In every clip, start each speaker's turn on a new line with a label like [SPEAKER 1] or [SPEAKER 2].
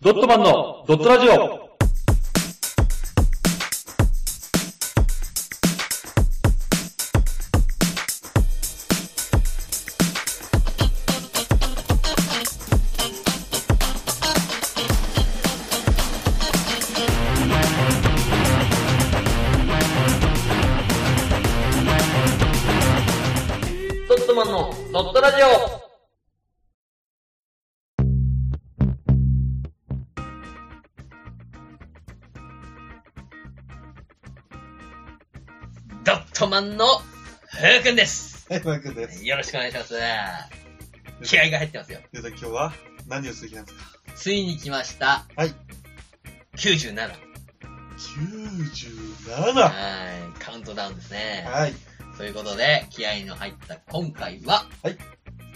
[SPEAKER 1] ドットマンのドットラジオ。
[SPEAKER 2] ドットマンのドットラジオドットマンのふうくんです。
[SPEAKER 3] はい、マイクです。
[SPEAKER 2] よろしくお願いします。気合が入ってますよ。
[SPEAKER 3] 皆さん今日は何をする日なんですか
[SPEAKER 2] ついに来ました。
[SPEAKER 3] はい。
[SPEAKER 2] 97。は
[SPEAKER 3] ?97!
[SPEAKER 2] い。カウントダウンですね。
[SPEAKER 3] はい。
[SPEAKER 2] ということで、気合の入った今回は、
[SPEAKER 3] はい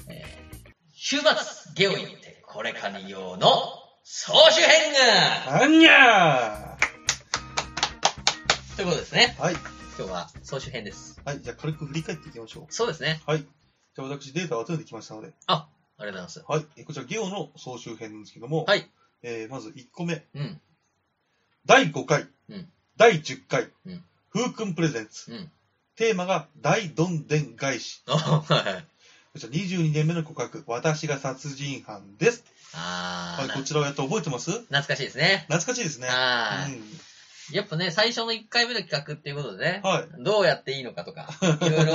[SPEAKER 2] えー週末、ゲオイってこれかに用の総集編が
[SPEAKER 3] あんにゃ
[SPEAKER 2] ということですね。
[SPEAKER 3] ーはい。
[SPEAKER 2] 今日は総集編です。
[SPEAKER 3] はい、じゃあ軽く振り返っていきましょ
[SPEAKER 2] そうですね。
[SPEAKER 3] う。はい。じゃあ私データを集めてきましたので、
[SPEAKER 2] ありがとうございます。
[SPEAKER 3] はい。えこちらゲオの総集編なんですけども、
[SPEAKER 2] はい。
[SPEAKER 3] えー、まず1個目。
[SPEAKER 2] うん。
[SPEAKER 3] 第5回。
[SPEAKER 2] うん
[SPEAKER 3] 第10回。
[SPEAKER 2] うん
[SPEAKER 3] ふうくんプレゼンツ。
[SPEAKER 2] うん。
[SPEAKER 3] テーマが大どんでん返し。
[SPEAKER 2] おはい。
[SPEAKER 3] こちら22年目の告白。私が殺人犯です。
[SPEAKER 2] あ
[SPEAKER 3] は
[SPEAKER 2] ー、
[SPEAKER 3] い、
[SPEAKER 2] な
[SPEAKER 3] こ
[SPEAKER 2] 懐
[SPEAKER 3] ちらをやって覚えてます
[SPEAKER 2] かしいですね。
[SPEAKER 3] 懐かしいですね。
[SPEAKER 2] は
[SPEAKER 3] うん
[SPEAKER 2] い。やっぱね、最初の1回目の企画っていうことでね、
[SPEAKER 3] はい。、
[SPEAKER 2] どうやっていいのかとか、いろいろ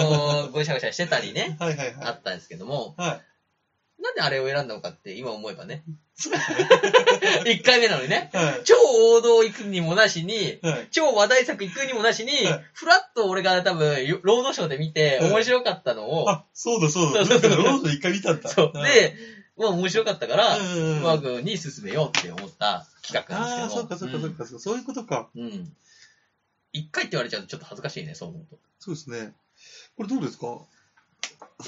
[SPEAKER 2] ごちゃごちゃしてたりね
[SPEAKER 3] はいはいはい。
[SPEAKER 2] あったんですけども、
[SPEAKER 3] はい。
[SPEAKER 2] なんであれを選んだのかって今思えば ね。1回目なのにね。
[SPEAKER 3] はい。
[SPEAKER 2] 超王道行くにもなしに、
[SPEAKER 3] はい。
[SPEAKER 2] 超話題作行くにもなしに
[SPEAKER 3] はい、
[SPEAKER 2] ふらっと俺が多分、よ労働省で見て、
[SPEAKER 3] はい
[SPEAKER 2] 面白かったのを、
[SPEAKER 3] あ、そうだそうだ。
[SPEAKER 2] そうそうそう
[SPEAKER 3] ロード一回見たんだ。
[SPEAKER 2] そう。
[SPEAKER 3] ん、
[SPEAKER 2] で、まあ面白かったから、
[SPEAKER 3] うんうんうん
[SPEAKER 2] ワー君に進めようって思った企画な
[SPEAKER 3] あ
[SPEAKER 2] ん
[SPEAKER 3] あ、
[SPEAKER 2] ですけど。
[SPEAKER 3] そうかそうかそうか、そうそういうことか。
[SPEAKER 2] うん。うん。一回って言われちゃうとちょっと恥ずかしいね、そう思うと。
[SPEAKER 3] そうですね。これどうですか
[SPEAKER 2] い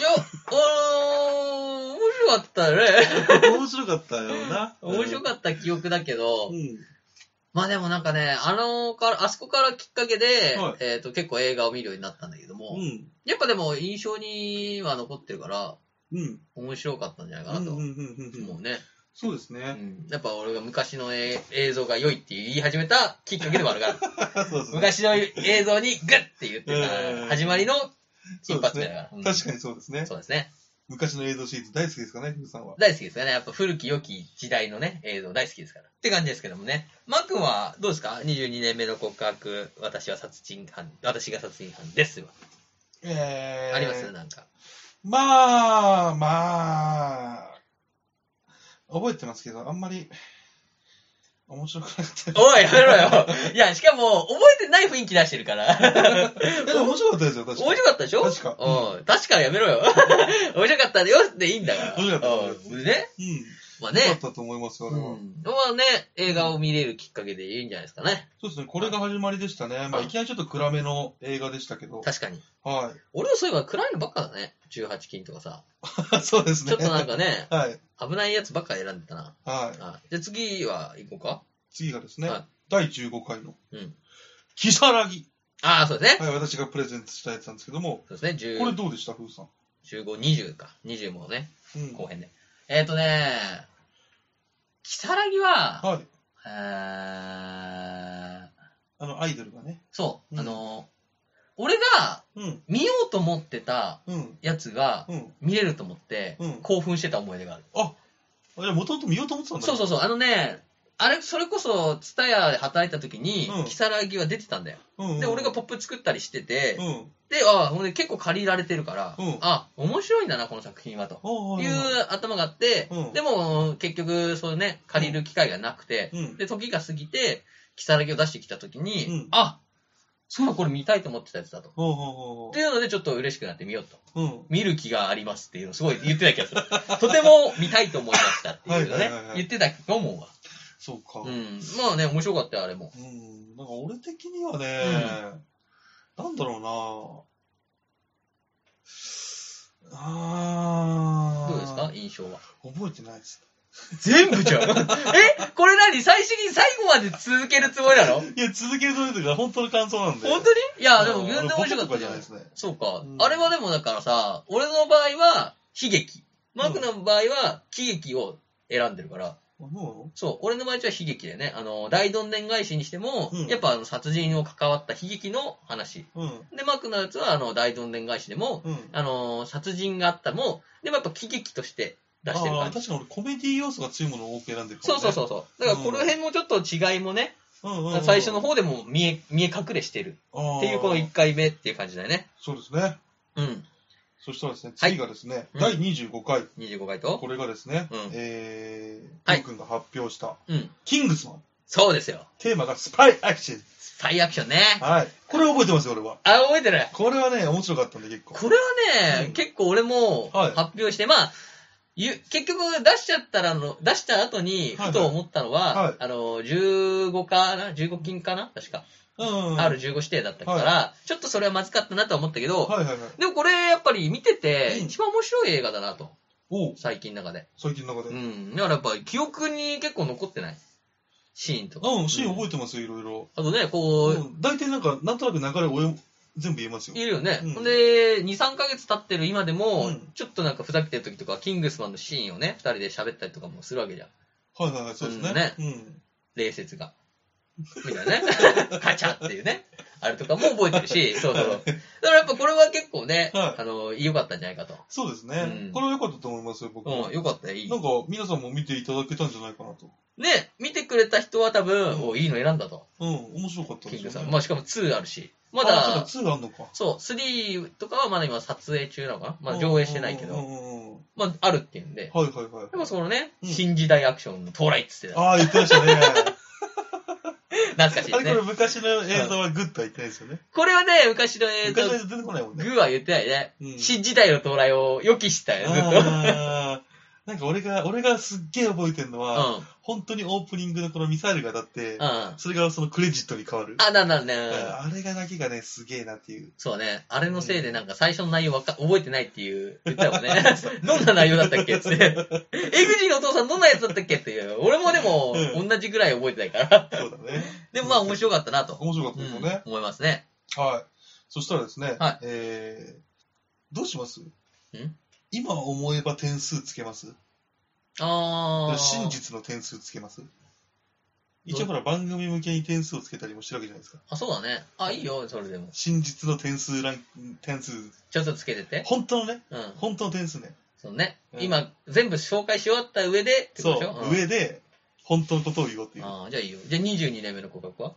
[SPEAKER 2] や、おー、面白かったね。
[SPEAKER 3] 面白かったよな。
[SPEAKER 2] 面白
[SPEAKER 3] っ
[SPEAKER 2] かった記憶だけ
[SPEAKER 3] た
[SPEAKER 2] ど
[SPEAKER 3] う、ん。
[SPEAKER 2] まあでもなんかね、あのから、あそこからきっかけで、
[SPEAKER 3] はい
[SPEAKER 2] えっ、と、結構映画を見るようになったんだけども、
[SPEAKER 3] うん。
[SPEAKER 2] やっぱでも印象には残ってるから、
[SPEAKER 3] うん。
[SPEAKER 2] 面白かったんじゃないか
[SPEAKER 3] う
[SPEAKER 2] なんと
[SPEAKER 3] うん
[SPEAKER 2] 思
[SPEAKER 3] うんうんうん
[SPEAKER 2] うね。
[SPEAKER 3] そうです
[SPEAKER 2] う
[SPEAKER 3] ね。
[SPEAKER 2] ん、やっぱ俺が昔のえ映像が良いって言い始めたきっかけでもあるから、
[SPEAKER 3] そうですね。
[SPEAKER 2] 昔の映像にグッって言って
[SPEAKER 3] う
[SPEAKER 2] た
[SPEAKER 3] ん
[SPEAKER 2] 始まりの
[SPEAKER 3] そ
[SPEAKER 2] 一
[SPEAKER 3] うです
[SPEAKER 2] 発目だ
[SPEAKER 3] ね。
[SPEAKER 2] から。うん
[SPEAKER 3] 確かにそうですね。
[SPEAKER 2] そうですね。
[SPEAKER 3] 昔の映像シリーズ大好きですかね、ふうさんは。
[SPEAKER 2] 大好きですよね。やっぱ古き良き時代のね、映像大好きですから。って感じですけどもね。マー君はどうですか ?22 年目の告白、私は殺人犯、私が殺人犯ですよ。
[SPEAKER 3] え
[SPEAKER 2] ありますなんか。
[SPEAKER 3] まあ、まあ、覚えてますけど、あんまり、面白くなかった。
[SPEAKER 2] おい、やめろよ。いや、しかも、覚えてない雰囲気出してるから。
[SPEAKER 3] でも面白かったですよ、確か
[SPEAKER 2] 面白かったでしょ
[SPEAKER 3] 確か
[SPEAKER 2] うん。確かやめろ よ。面白かったよっていいんだから。
[SPEAKER 3] 面白かった
[SPEAKER 2] うんね。
[SPEAKER 3] に。うん。
[SPEAKER 2] まあ
[SPEAKER 3] 良かっ
[SPEAKER 2] ね。
[SPEAKER 3] たと思いますよ、
[SPEAKER 2] う
[SPEAKER 3] あれは。
[SPEAKER 2] ん。まあね、映画を見れるきっかけでいいんじゃないですかね。
[SPEAKER 3] そうですね、これが始まりでしたね。まあ、いきなりちょっと暗めの映画でしたけど。
[SPEAKER 2] 確かに。
[SPEAKER 3] は
[SPEAKER 2] 俺もそういえば暗いのばっかだね。18金とかさ。
[SPEAKER 3] い。 そうですね。
[SPEAKER 2] ちょっとなんかね、
[SPEAKER 3] はい。
[SPEAKER 2] 危ないやつばっか選んでたな。
[SPEAKER 3] はい。
[SPEAKER 2] あじゃあ次は行こうか。
[SPEAKER 3] 次がですね、
[SPEAKER 2] はい
[SPEAKER 3] 第15回の、
[SPEAKER 2] うん。
[SPEAKER 3] キサラギ。
[SPEAKER 2] ああ、そうですね。
[SPEAKER 3] はい、私がプレゼントしたやつなんですけども、
[SPEAKER 2] そうですね。
[SPEAKER 3] これ
[SPEAKER 2] 10
[SPEAKER 3] どうでした、ふうさん。
[SPEAKER 2] 15、20か。20もね、
[SPEAKER 3] うん。
[SPEAKER 2] 後編で。えっ、ー、とね、キサラギは、
[SPEAKER 3] はい。
[SPEAKER 2] えー
[SPEAKER 3] あの、アイドルがね。
[SPEAKER 2] そう、
[SPEAKER 3] うん
[SPEAKER 2] あの、俺が
[SPEAKER 3] うん。
[SPEAKER 2] 見ようと思ってた
[SPEAKER 3] うん。
[SPEAKER 2] やつが
[SPEAKER 3] うん。
[SPEAKER 2] 見れると思って、
[SPEAKER 3] うん
[SPEAKER 2] 興奮してた思い出がある。
[SPEAKER 3] あれ、もともと見ようと思ってたんだ
[SPEAKER 2] そうそううそう、あのね、あれ、それこそ、ツタヤで働いた時に、
[SPEAKER 3] うん
[SPEAKER 2] キサラギは出てたんだよ。
[SPEAKER 3] そう。うん、うん。
[SPEAKER 2] で、俺がポップ作ったりしてて、
[SPEAKER 3] うん。
[SPEAKER 2] で、あほんで結構借りられてるから、
[SPEAKER 3] うん
[SPEAKER 2] あ、面白いんだな、この作品は、と。
[SPEAKER 3] ああ
[SPEAKER 2] いう頭があって、
[SPEAKER 3] うん
[SPEAKER 2] でも、結局、そうね、借りる機会がなくて、
[SPEAKER 3] うん。
[SPEAKER 2] で、時が過ぎて、キサラギを出してきた時に、
[SPEAKER 3] うん
[SPEAKER 2] あそうだ、これ見たいと思ってたやつだと。
[SPEAKER 3] ほう
[SPEAKER 2] っ
[SPEAKER 3] ほう
[SPEAKER 2] ていうので、ちょっと嬉しくなってみようと。
[SPEAKER 3] ほう。うん。
[SPEAKER 2] 見る気がありますっていうのをすごい言ってた気がする。 とても見たいと思いましたっていうの
[SPEAKER 3] はい
[SPEAKER 2] ね
[SPEAKER 3] はいはいは、い
[SPEAKER 2] 言ってたと思うわ。
[SPEAKER 3] そうか。
[SPEAKER 2] うん。まあね、面白かったよ、あれも。
[SPEAKER 3] うん、なんか俺的にはね、なんだろうなあー
[SPEAKER 2] どうですか印象は。
[SPEAKER 3] 覚えてないです。
[SPEAKER 2] 全部じゃん えこれ何最初に最後まで続けるつもりなの
[SPEAKER 3] いや、続けるというか、本当の感想なんで。
[SPEAKER 2] 本
[SPEAKER 3] に
[SPEAKER 2] 当にいや、でも全然面白かったじゃ
[SPEAKER 3] な
[SPEAKER 2] ないいで
[SPEAKER 3] で
[SPEAKER 2] すす
[SPEAKER 3] ね。
[SPEAKER 2] そうか、
[SPEAKER 3] うん
[SPEAKER 2] あれはでもだからさ、俺の場合は悲劇。マークの場合は喜劇を選んでるから、
[SPEAKER 3] 思
[SPEAKER 2] そう、俺の場合は悲劇でね、あの、大どんでん返しにしても、
[SPEAKER 3] うん
[SPEAKER 2] やっぱあの殺人を関わった悲劇の話。
[SPEAKER 3] ううん。
[SPEAKER 2] で、マークのやつは、あの、大どんでん返しでも、
[SPEAKER 3] うん。
[SPEAKER 2] あの、殺人があったも、でもやっぱ喜劇として出してる
[SPEAKER 3] ああ
[SPEAKER 2] 感
[SPEAKER 3] ー、
[SPEAKER 2] じ。
[SPEAKER 3] 確かに俺コメディ要素が強いものを多く選んでるから
[SPEAKER 2] そう
[SPEAKER 3] ね
[SPEAKER 2] そうそうそう。だからこの辺もちょっと違いもね、
[SPEAKER 3] うんうんうん
[SPEAKER 2] 最初の方でも見え、見え隠れしてる。
[SPEAKER 3] っ
[SPEAKER 2] っていうこの1回目っていう感じだよね。
[SPEAKER 3] そうですね。
[SPEAKER 2] うん。
[SPEAKER 3] そしたらですね、
[SPEAKER 2] はい
[SPEAKER 3] 次がですね、
[SPEAKER 2] うん
[SPEAKER 3] 第25回、
[SPEAKER 2] 25回と
[SPEAKER 3] こ。れがですね、
[SPEAKER 2] うん
[SPEAKER 3] え
[SPEAKER 2] は
[SPEAKER 3] ー、
[SPEAKER 2] い
[SPEAKER 3] くんくんが発表した、
[SPEAKER 2] うん。
[SPEAKER 3] キングスマン。
[SPEAKER 2] そうですよ。
[SPEAKER 3] テーマがスパイアクション。
[SPEAKER 2] スパイアクションね。
[SPEAKER 3] はい。これ覚えてますよ、俺は。
[SPEAKER 2] あ、覚えてる。
[SPEAKER 3] これはね、面白かったんで、結構。
[SPEAKER 2] これはね、
[SPEAKER 3] うん
[SPEAKER 2] 結構俺も
[SPEAKER 3] はい
[SPEAKER 2] 発表して、まあ、ゆ結局出しちゃったらの、出した後に、
[SPEAKER 3] はいはい
[SPEAKER 2] ふと思ったのは、
[SPEAKER 3] はい
[SPEAKER 2] あの、15かな ?15 金かな確か。
[SPEAKER 3] うん。
[SPEAKER 2] R15 指定だったから、ちょっとそれはまずかったなとは思ったけど、
[SPEAKER 3] はいはいはい。
[SPEAKER 2] でもこれやっぱり見てて、
[SPEAKER 3] うん
[SPEAKER 2] 一番面白い映画だなと、
[SPEAKER 3] おう
[SPEAKER 2] 最近の中で。
[SPEAKER 3] 最近の中
[SPEAKER 2] う
[SPEAKER 3] で。
[SPEAKER 2] ん。だからやっぱ記憶に結構残ってないシーンとか。
[SPEAKER 3] うん、シーン覚え
[SPEAKER 2] え
[SPEAKER 3] てますよ、いろいろ。
[SPEAKER 2] あとね、こう、
[SPEAKER 3] うん大体なんか、なんとなく流れ、俺、全部言えますよ。
[SPEAKER 2] いるよね。
[SPEAKER 3] うん
[SPEAKER 2] ほんで、2、3ヶ月経ってる今でも、
[SPEAKER 3] うん
[SPEAKER 2] ちょっとなんかふざけてる時とか、キングスマンのシーンをね、2人で喋ったりとかもするわけじゃん。
[SPEAKER 3] はいはいはい、そうです
[SPEAKER 2] うん
[SPEAKER 3] ね
[SPEAKER 2] ね。
[SPEAKER 3] うん。
[SPEAKER 2] 礼節が。みたいな ね。カチャっていうね。あれとかも覚えてるし、そうそう。だからやっぱこれは結構ね、
[SPEAKER 3] はい
[SPEAKER 2] あの、良かったんじゃないかと。
[SPEAKER 3] そうですね
[SPEAKER 2] う。ん
[SPEAKER 3] これは良かったと思いますよ、僕は。
[SPEAKER 2] うん、良かったよ、いい
[SPEAKER 3] な。んか、皆さんも見ていただけたんじゃないかなと。
[SPEAKER 2] ね、見てくれた人は多分、
[SPEAKER 3] うん
[SPEAKER 2] おいいの選んだと。
[SPEAKER 3] うん、面白かった
[SPEAKER 2] キング
[SPEAKER 3] です
[SPEAKER 2] さ
[SPEAKER 3] よ
[SPEAKER 2] ん。
[SPEAKER 3] ね。
[SPEAKER 2] まあしかも2あるし。ま
[SPEAKER 3] あそう
[SPEAKER 2] だ
[SPEAKER 3] か、2があんのか。
[SPEAKER 2] そう、3とかはまだ今撮影中なのかなまあ上映してないけ
[SPEAKER 3] うん
[SPEAKER 2] ど、
[SPEAKER 3] うんうんうん
[SPEAKER 2] まああるっていうんで。
[SPEAKER 3] はいはいはい。
[SPEAKER 2] でもそのね、
[SPEAKER 3] うん
[SPEAKER 2] 新時代アクションの到来っつってた。
[SPEAKER 3] ああ、言って ましたね。
[SPEAKER 2] 懐かしい
[SPEAKER 3] あ
[SPEAKER 2] ですね
[SPEAKER 3] れこれ。昔の映像はグッとは言ってないですよね。
[SPEAKER 2] これはね、昔の映像
[SPEAKER 3] 昔の映、像出てこないもん
[SPEAKER 2] グ
[SPEAKER 3] ね。
[SPEAKER 2] ーは言ってないね。
[SPEAKER 3] うん
[SPEAKER 2] 新時代の到来を予期してたよ、ずっと。うん。
[SPEAKER 3] あーなんか俺が、俺がすっげえ覚えてるのは、本当にオープニングのこのミサイルが当たって、
[SPEAKER 2] うん。あ、
[SPEAKER 3] それがそのクレジットに変わる。
[SPEAKER 2] なんだね。
[SPEAKER 3] あれがだけがね、すげえなっていう。
[SPEAKER 2] そうね。あれのせいでなんか最初の内容わか覚えてないっていう、言ったよね。 どんな内容だったっけっつ って。エグジのお父さんどんなやつだったっけっていう。俺もでも
[SPEAKER 3] う、
[SPEAKER 2] 同じぐらい覚えてないから。
[SPEAKER 3] そうだね。
[SPEAKER 2] でもまあ面白かったなと。
[SPEAKER 3] 面白かった
[SPEAKER 2] う
[SPEAKER 3] ですよ
[SPEAKER 2] ん
[SPEAKER 3] ね。
[SPEAKER 2] 思いますね。
[SPEAKER 3] はい。そしたらですね、
[SPEAKER 2] はい
[SPEAKER 3] えー、どうします今思えば点数つけます
[SPEAKER 2] ああ。
[SPEAKER 3] 真実の点数つけます一応ほら番組向けに点数をつけたりもしてるわけじゃないですか。
[SPEAKER 2] あ、そうだね。あ、いいよ、それでも。
[SPEAKER 3] 真実の点数ラン点数。
[SPEAKER 2] ちょっとつけてて。
[SPEAKER 3] 本当のね、
[SPEAKER 2] うん。
[SPEAKER 3] 本当の点数ね。
[SPEAKER 2] そうね。
[SPEAKER 3] うん
[SPEAKER 2] 今、全部紹介し終わった上でってこと
[SPEAKER 3] そ
[SPEAKER 2] でしょ
[SPEAKER 3] う、上で、本当のことを言おうっていう。あ、
[SPEAKER 2] ああ、じゃあいいよ。じゃあ22年目の告白は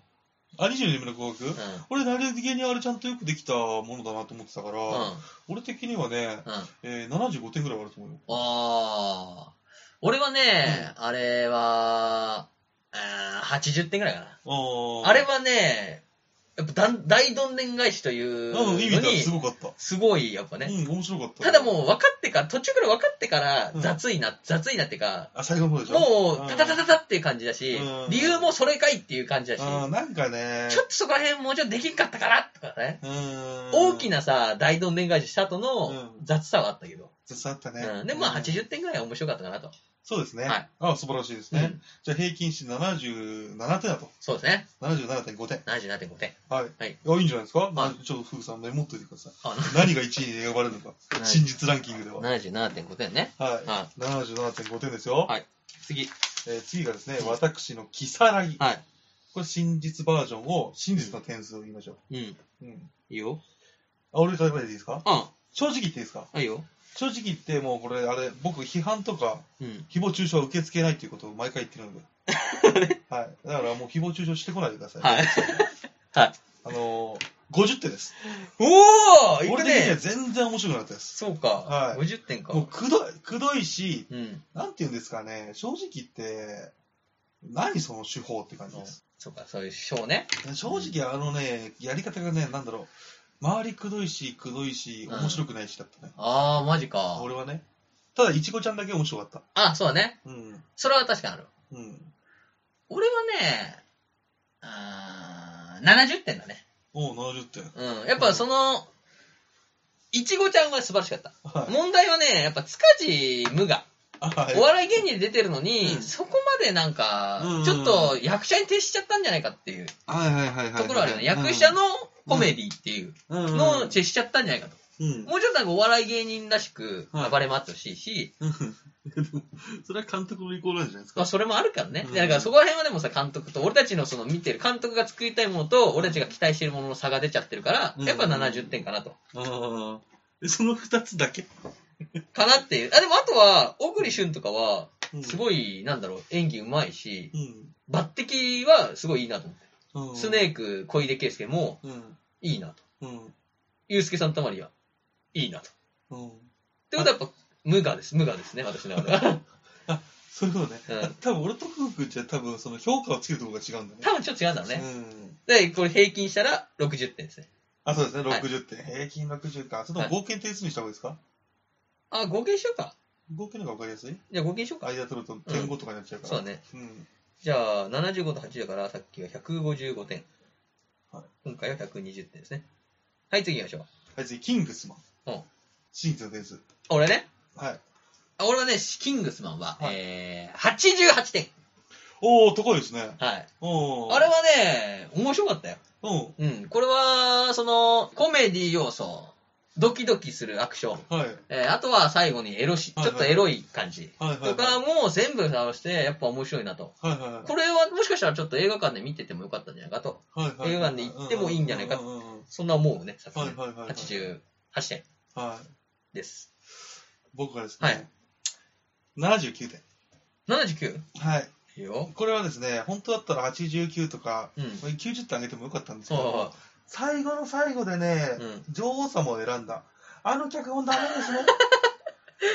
[SPEAKER 3] 22年目の合格、
[SPEAKER 2] うん。うん。
[SPEAKER 3] 俺、なるげにあれちゃんとよくできたものだなと思ってたから、
[SPEAKER 2] あ
[SPEAKER 3] 俺的にはね、えー、75点ぐらいはあると思うよ。
[SPEAKER 2] あー。俺はね、あれは、あー80点ぐらいかな。
[SPEAKER 3] あー
[SPEAKER 2] あれはね、やっぱだん大どんでん返しという
[SPEAKER 3] うん、意味
[SPEAKER 2] の
[SPEAKER 3] がす
[SPEAKER 2] に、
[SPEAKER 3] ごかった。
[SPEAKER 2] すごいやっぱ
[SPEAKER 3] う
[SPEAKER 2] ね。
[SPEAKER 3] ん、面白かった。
[SPEAKER 2] ただもう分かってから、途中から分かってから
[SPEAKER 3] うん
[SPEAKER 2] 雑いな、雑いなっていうか、
[SPEAKER 3] あ、最後の方でしょ
[SPEAKER 2] も
[SPEAKER 3] ん
[SPEAKER 2] う、タタタタタっていう感じだし
[SPEAKER 3] うん、
[SPEAKER 2] 理由もそれかいっていう感じだし、
[SPEAKER 3] あーなんかね、
[SPEAKER 2] ちょっとそこら辺もうちょっとできんかったからとかね。
[SPEAKER 3] うん
[SPEAKER 2] 大き。なさ、大どんでん返しした後の
[SPEAKER 3] うん
[SPEAKER 2] 雑さはあったけど。
[SPEAKER 3] 雑あったね。
[SPEAKER 2] うん。で、まあ
[SPEAKER 3] うん
[SPEAKER 2] 80点ぐらいは面白かったかなと。
[SPEAKER 3] そうですね。
[SPEAKER 2] はい
[SPEAKER 3] あ素晴らしいです
[SPEAKER 2] う
[SPEAKER 3] ね。
[SPEAKER 2] ん
[SPEAKER 3] じゃあ平均して77点だと。
[SPEAKER 2] そうですね。
[SPEAKER 3] 77.5点。
[SPEAKER 2] 77.5点。
[SPEAKER 3] はい。
[SPEAKER 2] はい
[SPEAKER 3] あ、いいんじゃないですか、
[SPEAKER 2] はい
[SPEAKER 3] ちょっとフグさんメモっといてください。
[SPEAKER 2] あ、
[SPEAKER 3] 何が1位に選ばれる のか。
[SPEAKER 2] い
[SPEAKER 3] 真実ランキングでは。
[SPEAKER 2] 77.5点ね。
[SPEAKER 3] はい。
[SPEAKER 2] は
[SPEAKER 3] 77.5点ですよ。
[SPEAKER 2] はいい。次。
[SPEAKER 3] えー次がですね、私のキサラギ。
[SPEAKER 2] はい。
[SPEAKER 3] これ真実バージョンを、真実の点数を言いましょ。
[SPEAKER 2] うん。いう
[SPEAKER 3] うん。
[SPEAKER 2] いよ。
[SPEAKER 3] あ、俺からでいいですか
[SPEAKER 2] うん。あ
[SPEAKER 3] 正直言っていいですか
[SPEAKER 2] いいよ。
[SPEAKER 3] 正直言ってもうこれ、あれ、僕批判とか、
[SPEAKER 2] うん。
[SPEAKER 3] 誹謗中傷は受け付けないっていうことを毎回言ってる ので。はい。だからもう誹謗中傷してこないでください。
[SPEAKER 2] はい。
[SPEAKER 3] あのー、50点です。
[SPEAKER 2] おーい
[SPEAKER 3] 俺
[SPEAKER 2] く
[SPEAKER 3] 的に
[SPEAKER 2] ね
[SPEAKER 3] は全然面白くなかったです。
[SPEAKER 2] そうか
[SPEAKER 3] は。い
[SPEAKER 2] 50点か
[SPEAKER 3] も。うくどい、くどいし、
[SPEAKER 2] うん。
[SPEAKER 3] なんて言うんですかね、正直言って、何その手法って感じです。
[SPEAKER 2] そうか、そういう賞ね。
[SPEAKER 3] 正直あのね、やり方がね、なんだろう、周りくどいし、くどいし、
[SPEAKER 2] うん
[SPEAKER 3] 面白くないしだったね。
[SPEAKER 2] あー、マジか。
[SPEAKER 3] 俺はね。ただ、いちごちゃんだけ面白かった。
[SPEAKER 2] あ、そうだね。
[SPEAKER 3] うん。
[SPEAKER 2] それは確かにある。
[SPEAKER 3] うん。
[SPEAKER 2] 俺はね、あー70点だね。
[SPEAKER 3] おう、70点。
[SPEAKER 2] うん。やっぱその、いちごちゃんは素晴らしかった。
[SPEAKER 3] はい。
[SPEAKER 2] 問題はね、やっぱ塚地無我。
[SPEAKER 3] はい
[SPEAKER 2] お笑い芸人で出てるのに、
[SPEAKER 3] うん
[SPEAKER 2] そこまでなんか
[SPEAKER 3] うんうんうん、
[SPEAKER 2] ちょっと役者に徹しちゃったんじゃないかっていう
[SPEAKER 3] はいはいはいはい。
[SPEAKER 2] ところあるよね。役者のコメディっていう
[SPEAKER 3] の
[SPEAKER 2] のを徹しちゃったんじゃないかと。
[SPEAKER 3] うん。
[SPEAKER 2] もうちょっとなんかお笑い芸人らしく
[SPEAKER 3] はい
[SPEAKER 2] 暴れ回ってほしいし、
[SPEAKER 3] それは監督の意向なんじゃないです
[SPEAKER 2] まあ
[SPEAKER 3] か。
[SPEAKER 2] それもあるからね。
[SPEAKER 3] うん
[SPEAKER 2] だからそこら辺はでもさ、監督と、俺たちのその見てる、監督が作りたいものと、俺たちが期待してるものの差が出ちゃってるから、
[SPEAKER 3] うん
[SPEAKER 2] やっぱ70点かなと。
[SPEAKER 3] ああ。えその二つだけ。
[SPEAKER 2] かなっていう。あ、でもあとは、小栗旬とかは、す
[SPEAKER 3] い。
[SPEAKER 2] ごい、なんだろう、演技うまいし、
[SPEAKER 3] うん。
[SPEAKER 2] 抜擢はすごいいいなと思って。
[SPEAKER 3] うん
[SPEAKER 2] スネ。ーク、小出圭介も
[SPEAKER 3] うん。
[SPEAKER 2] いいなと。
[SPEAKER 3] うん。
[SPEAKER 2] ユうスケさんたまりは、いいなと。っ
[SPEAKER 3] うん。
[SPEAKER 2] てことはやっぱ、無我です。無我ですね、私の中では。
[SPEAKER 3] そういうことね。
[SPEAKER 2] うん
[SPEAKER 3] 多分俺と福君じゃ多分その評価をつけるところが違うんだね。
[SPEAKER 2] 多分ちょっと違うんだろうね。
[SPEAKER 3] うん。
[SPEAKER 2] で、これ平均したら60点ですね。
[SPEAKER 3] あ、そうですね。
[SPEAKER 2] はい
[SPEAKER 3] 60点。平均60か。その合計点数にした方がいいですか
[SPEAKER 2] あ、合計しようか。
[SPEAKER 3] 合計の方が分かりやすい
[SPEAKER 2] じゃあ合計しようか。
[SPEAKER 3] 間取ると点5とかになっちゃうから。
[SPEAKER 2] そうだね。
[SPEAKER 3] うん。
[SPEAKER 2] じゃあ、75と80だから、さっきは155点。
[SPEAKER 3] はい
[SPEAKER 2] 今回は120点ですね。はい、次行きましょ
[SPEAKER 3] はい、次、キングスマン。
[SPEAKER 2] うん。
[SPEAKER 3] シンズの点数。
[SPEAKER 2] う。俺ね。
[SPEAKER 3] はい。
[SPEAKER 2] あ俺はね、キングスマンは、
[SPEAKER 3] はい
[SPEAKER 2] えー、88点。
[SPEAKER 3] おー、高いですね。
[SPEAKER 2] はい。
[SPEAKER 3] おー。
[SPEAKER 2] あれはね、面白かったよ。
[SPEAKER 3] うん。
[SPEAKER 2] うん。これは、その、コメディ要素、ドキドキするアクション、
[SPEAKER 3] はい。
[SPEAKER 2] えー、あとは最後にエロし、ちょ
[SPEAKER 3] はい
[SPEAKER 2] っとエロい感じ。
[SPEAKER 3] はいは
[SPEAKER 2] と
[SPEAKER 3] い。
[SPEAKER 2] かも全部倒して、やっぱ面白いなと。
[SPEAKER 3] はいはいはい。
[SPEAKER 2] これはもしかしたらちょっと映画館で見ててもよかったんじゃないかと。
[SPEAKER 3] はいはい
[SPEAKER 2] 映画館で行ってもいいんじゃないか
[SPEAKER 3] うんうんうんうん
[SPEAKER 2] そんな思うね、作
[SPEAKER 3] はい
[SPEAKER 2] 品。
[SPEAKER 3] はいはい。。
[SPEAKER 2] 88点
[SPEAKER 3] はい。
[SPEAKER 2] です。
[SPEAKER 3] 僕がです
[SPEAKER 2] は
[SPEAKER 3] ね
[SPEAKER 2] い、
[SPEAKER 3] 79点。
[SPEAKER 2] 79?
[SPEAKER 3] はい。
[SPEAKER 2] いいよ。
[SPEAKER 3] これはですね、本当だったら89とか、
[SPEAKER 2] うん。
[SPEAKER 3] まあ90点上げてもよかったんですけ
[SPEAKER 2] そうそう
[SPEAKER 3] ど、最後の最後でね
[SPEAKER 2] そう。、うん。
[SPEAKER 3] 女王様を選んだ。あの脚本ダメで すね。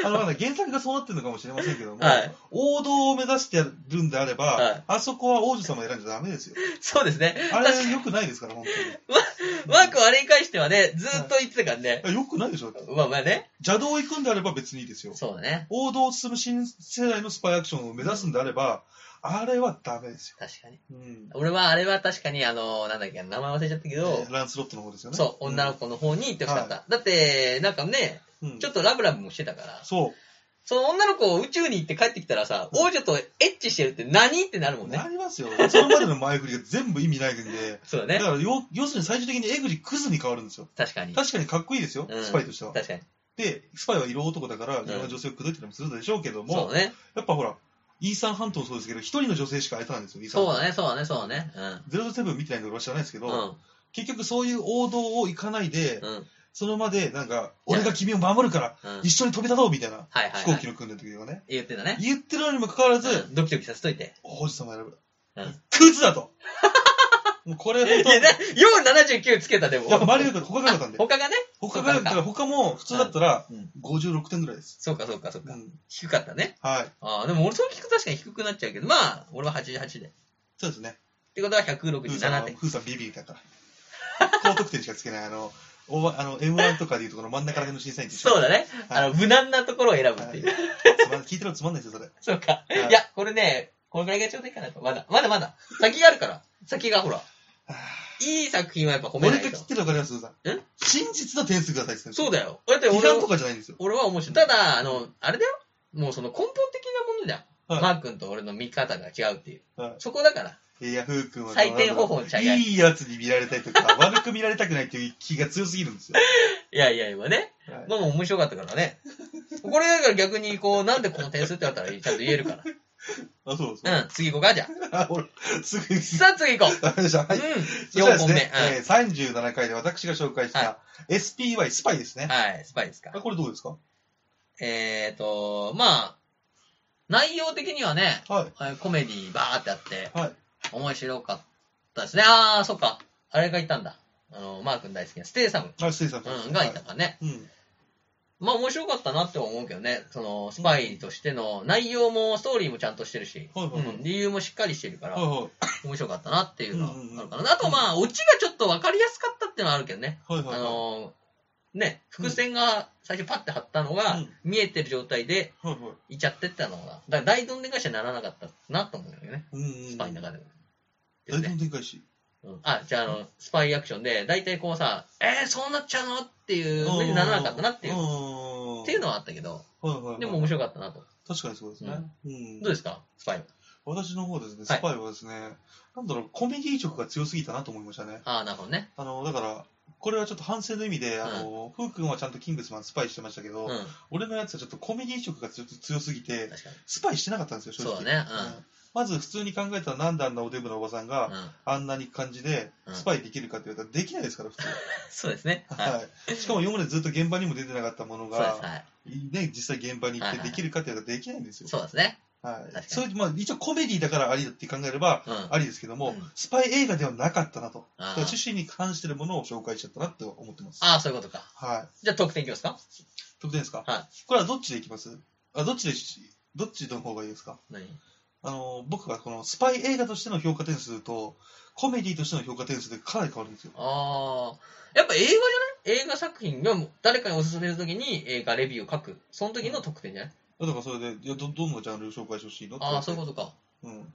[SPEAKER 3] あの、まだ原作がそうなってるのかもしれませんけども、
[SPEAKER 2] はい
[SPEAKER 3] 王道を目指してやるんであれば、
[SPEAKER 2] はい
[SPEAKER 3] あそこは王女様を選んじゃダメですよ。
[SPEAKER 2] そうですね。
[SPEAKER 3] あ
[SPEAKER 2] 確か
[SPEAKER 3] れ、
[SPEAKER 2] に
[SPEAKER 3] 良くないですから、本
[SPEAKER 2] マークはあれに関してはね、ずーっと言ってたからね。
[SPEAKER 3] 当に。良くないでしょ。だって
[SPEAKER 2] まあまあね。
[SPEAKER 3] 邪道行くんであれば別にいいですよ。
[SPEAKER 2] そうだね。
[SPEAKER 3] 王道を進む新世代のスパイアクションを目指すんであれば、あれはダメですよ。
[SPEAKER 2] 確かに。
[SPEAKER 3] うん。
[SPEAKER 2] 俺はあれは確かに、あの、なんだっけ、名前忘れちゃったけど、
[SPEAKER 3] ランスロットの方ですよね。
[SPEAKER 2] そう、女の子の方に行ってほしかった。だって、なんかね、
[SPEAKER 3] うん
[SPEAKER 2] ちょっとラブラブもしてたから、
[SPEAKER 3] そう。
[SPEAKER 2] その女の子を宇宙に行って帰ってきたらさ、王女とエッチしてるって何ってなるもんね
[SPEAKER 3] な。りますよ。それまでの前振りが全部意味ないんで。
[SPEAKER 2] そうだ
[SPEAKER 3] だ
[SPEAKER 2] ね。
[SPEAKER 3] からよ、要するに最終的にエグリクズに変わるんですよ。
[SPEAKER 2] 確かに。
[SPEAKER 3] 確かにかっこいいですよ、
[SPEAKER 2] うん
[SPEAKER 3] スパイとしては。
[SPEAKER 2] 確かに。
[SPEAKER 3] で、スパイは色男だから、
[SPEAKER 2] ん
[SPEAKER 3] いろんな女性を口説いたりもするんでしょうけど
[SPEAKER 2] そう
[SPEAKER 3] も、
[SPEAKER 2] だね。
[SPEAKER 3] やっぱほら、イーサン半島もそうですけど、一人の女性しか会えたんですよ、イーサン
[SPEAKER 2] そうだね、そうだね、そうだね。
[SPEAKER 3] ゼロセブン見てないから知らないですけ
[SPEAKER 2] う
[SPEAKER 3] ど、
[SPEAKER 2] ん。うん。
[SPEAKER 3] 結局そういう王道を行かないで、
[SPEAKER 2] うん。うん。
[SPEAKER 3] その場で、なんか、俺が君を守るから、
[SPEAKER 2] はい
[SPEAKER 3] 一緒に飛び立とうみたいな、
[SPEAKER 2] はいはい。
[SPEAKER 3] 飛行機の訓練の時とかね。
[SPEAKER 2] 言ってたね。
[SPEAKER 3] 言ってるのにもかかわらず、
[SPEAKER 2] うんドキドキさせといて。
[SPEAKER 3] 王子様選ぶ。
[SPEAKER 2] うん
[SPEAKER 3] クズ だともうこれ本
[SPEAKER 2] いや、な、よう79つけた、でも。
[SPEAKER 3] 当、やっぱ周りが他が良かったんで、
[SPEAKER 2] 他がね。
[SPEAKER 3] 他が良かったから、他も普通だったら
[SPEAKER 2] うんうん
[SPEAKER 3] 56点ぐらいです。
[SPEAKER 2] そうか、そうか、そうか
[SPEAKER 3] う。ん
[SPEAKER 2] 低かったね。
[SPEAKER 3] はい。
[SPEAKER 2] ああ、でも俺そう聞くと確かに低くなっちゃうけど、まあ、俺は88で。っ
[SPEAKER 3] そうですね。
[SPEAKER 2] てことは
[SPEAKER 3] ふーさん
[SPEAKER 2] 167
[SPEAKER 3] は
[SPEAKER 2] 点。
[SPEAKER 3] ふーさんビビリだから。高得点しかつけない、あの、おばあの M1 とかでいうとこの真ん中ら辺の審査員って一緒
[SPEAKER 2] そうだね。
[SPEAKER 3] はい
[SPEAKER 2] あの、無難なところを選ぶっ
[SPEAKER 3] は
[SPEAKER 2] て
[SPEAKER 3] い
[SPEAKER 2] いう。
[SPEAKER 3] つまん聞いてるのつまんないですよ、それ。
[SPEAKER 2] そうか。
[SPEAKER 3] はい
[SPEAKER 2] いや、これね、このぐらいがちょうどいいかなと。まだ、まだまだ。先があるから。先がほら。いい作品はやっぱ褒めな
[SPEAKER 3] 俺
[SPEAKER 2] いと
[SPEAKER 3] が切っ。てるの分かります、ふーさん
[SPEAKER 2] え。
[SPEAKER 3] 真実の点数くださいって言って
[SPEAKER 2] そう
[SPEAKER 3] だ
[SPEAKER 2] だよ。だって
[SPEAKER 3] 批
[SPEAKER 2] 俺
[SPEAKER 3] 判と
[SPEAKER 2] は、
[SPEAKER 3] かじゃないんですよ。
[SPEAKER 2] 俺は面白い。ただ、あの、あれだよ。もうその根本的なものじゃん。
[SPEAKER 3] はい
[SPEAKER 2] マー君と俺の見方が違うっていう。
[SPEAKER 3] はい
[SPEAKER 2] そこだから。
[SPEAKER 3] いや、ふうくんは
[SPEAKER 2] 採点方法の違い
[SPEAKER 3] いいやつに見られたいとか、悪く見られたくないっていう気が強すぎるんですよ。
[SPEAKER 2] いやいや、今ね。
[SPEAKER 3] はい
[SPEAKER 2] まあまあ面白かったからね。これだから逆にこう、なんでこの点数ってなったらちゃんと言えるか
[SPEAKER 3] あ、そうそう。
[SPEAKER 2] ら。うん、次行こうか、じゃあ。
[SPEAKER 3] あ、俺、すぐ、
[SPEAKER 2] さあ次行こう。
[SPEAKER 3] ダメでした。はい。
[SPEAKER 2] うん、
[SPEAKER 3] そした
[SPEAKER 2] 4
[SPEAKER 3] らです
[SPEAKER 2] 本目。
[SPEAKER 3] ね、えー37回で私が紹介した
[SPEAKER 2] は
[SPEAKER 3] SPY スパイですね
[SPEAKER 2] うん。。はい、スパイですか
[SPEAKER 3] あ。これどうですか
[SPEAKER 2] えっ、ー、と、まあ、内容的にはね、
[SPEAKER 3] は
[SPEAKER 2] はいコメディバーってあって、
[SPEAKER 3] い。はい。
[SPEAKER 2] 面白かったですね。あー、そっか。あれがいたんだ。あの、マー君大好きなステイサム、
[SPEAKER 3] あ、ステイさんそうです
[SPEAKER 2] うん、がいたからね。
[SPEAKER 3] はいうん。
[SPEAKER 2] まあ面白かったなって思うけどね、その、スパイとしての内容もストーリーもちゃんとしてるし、
[SPEAKER 3] はいはいはい
[SPEAKER 2] うん理由もしっかりしてるから、
[SPEAKER 3] はいはい。
[SPEAKER 2] 面白かったなっていうのはあるか
[SPEAKER 3] うんうんうん
[SPEAKER 2] な。あとまあ、オチがちょっと分かりやすかったっていうのはあるけどね。
[SPEAKER 3] はい
[SPEAKER 2] あ
[SPEAKER 3] はいは
[SPEAKER 2] のーね、伏線が最初パッて張ったのが
[SPEAKER 3] うん、
[SPEAKER 2] 見えてる状態で
[SPEAKER 3] い。はいはい。
[SPEAKER 2] いちゃってったのが、だから大どんでん返しにならなかったなと思うんだよね、
[SPEAKER 3] うんうん。
[SPEAKER 2] スパイの中でも。で
[SPEAKER 3] 大
[SPEAKER 2] す
[SPEAKER 3] 根
[SPEAKER 2] ね。
[SPEAKER 3] 展開し。
[SPEAKER 2] うんあ、じゃああの、スパイアクションで、大体こうさ、えー、そうなっちゃうのっていう風にならなかったなっていう、
[SPEAKER 3] う
[SPEAKER 2] っていう
[SPEAKER 3] の
[SPEAKER 2] のはあったけど、
[SPEAKER 3] はいはいはい。
[SPEAKER 2] でも面白かったなと。
[SPEAKER 3] 確かにそうですね。うん
[SPEAKER 2] どうですか、スパイは。
[SPEAKER 3] 私の方ですね、
[SPEAKER 2] はい
[SPEAKER 3] スパイはですね、なんだろう、コメディ色が強すぎたなと思いましたね。
[SPEAKER 2] ああ、なるほどね。
[SPEAKER 3] あの、だから、これはちょっと反省の意味で、あの、ふうくんはちゃんとキングスマンスパイしてましたけど、
[SPEAKER 2] うん。
[SPEAKER 3] 俺のやつはちょっとコメディ色がちょっと強すぎて、
[SPEAKER 2] 確かに。
[SPEAKER 3] スパイしてなかったんですよ、正直。
[SPEAKER 2] そうだね。
[SPEAKER 3] うんまず普通に考えたらなんであんなおデブのおばさんが、
[SPEAKER 2] うん。うん。
[SPEAKER 3] あんなに感じで
[SPEAKER 2] うん
[SPEAKER 3] スパイできるかって言われたらできないですから普通、
[SPEAKER 2] そうですね。はい。
[SPEAKER 3] はい、しかも今までずっと現場にも出てなかったもの
[SPEAKER 2] そうです。
[SPEAKER 3] が、
[SPEAKER 2] はい。
[SPEAKER 3] ね、実際現場に行っ
[SPEAKER 2] はい
[SPEAKER 3] て
[SPEAKER 2] はい
[SPEAKER 3] できるかって言われたらできないんですよ、
[SPEAKER 2] そうですね。
[SPEAKER 3] は
[SPEAKER 2] か
[SPEAKER 3] い
[SPEAKER 2] に
[SPEAKER 3] それまあ、一応コメディだからありだって考えれば
[SPEAKER 2] うん。
[SPEAKER 3] ありですけども、
[SPEAKER 2] うん
[SPEAKER 3] スパイ映画ではなかったなとだ
[SPEAKER 2] あ
[SPEAKER 3] から
[SPEAKER 2] ー
[SPEAKER 3] 趣旨に関してるものを紹介しちゃったなって思ってます
[SPEAKER 2] あー、そういうことか。
[SPEAKER 3] はい
[SPEAKER 2] じゃあ、得点いきますか
[SPEAKER 3] 得点ですか、
[SPEAKER 2] は
[SPEAKER 3] これはどっちでいきますあどっちでしどっちの方がいいですか
[SPEAKER 2] 何
[SPEAKER 3] あの僕はこのスパイ映画としての評価点数とコメディとしての評価点数でかなり変わるんですよ
[SPEAKER 2] ああ、やっぱ映画じゃない映画作品がもう誰かにおすすめするときに映画レビューを書く。その時の得点じゃない
[SPEAKER 3] だからそれで、いやどどんなジャンル紹介してほしいのって言
[SPEAKER 2] あ
[SPEAKER 3] わ
[SPEAKER 2] あ、
[SPEAKER 3] れ
[SPEAKER 2] そ
[SPEAKER 3] て
[SPEAKER 2] ういうことか。
[SPEAKER 3] うん。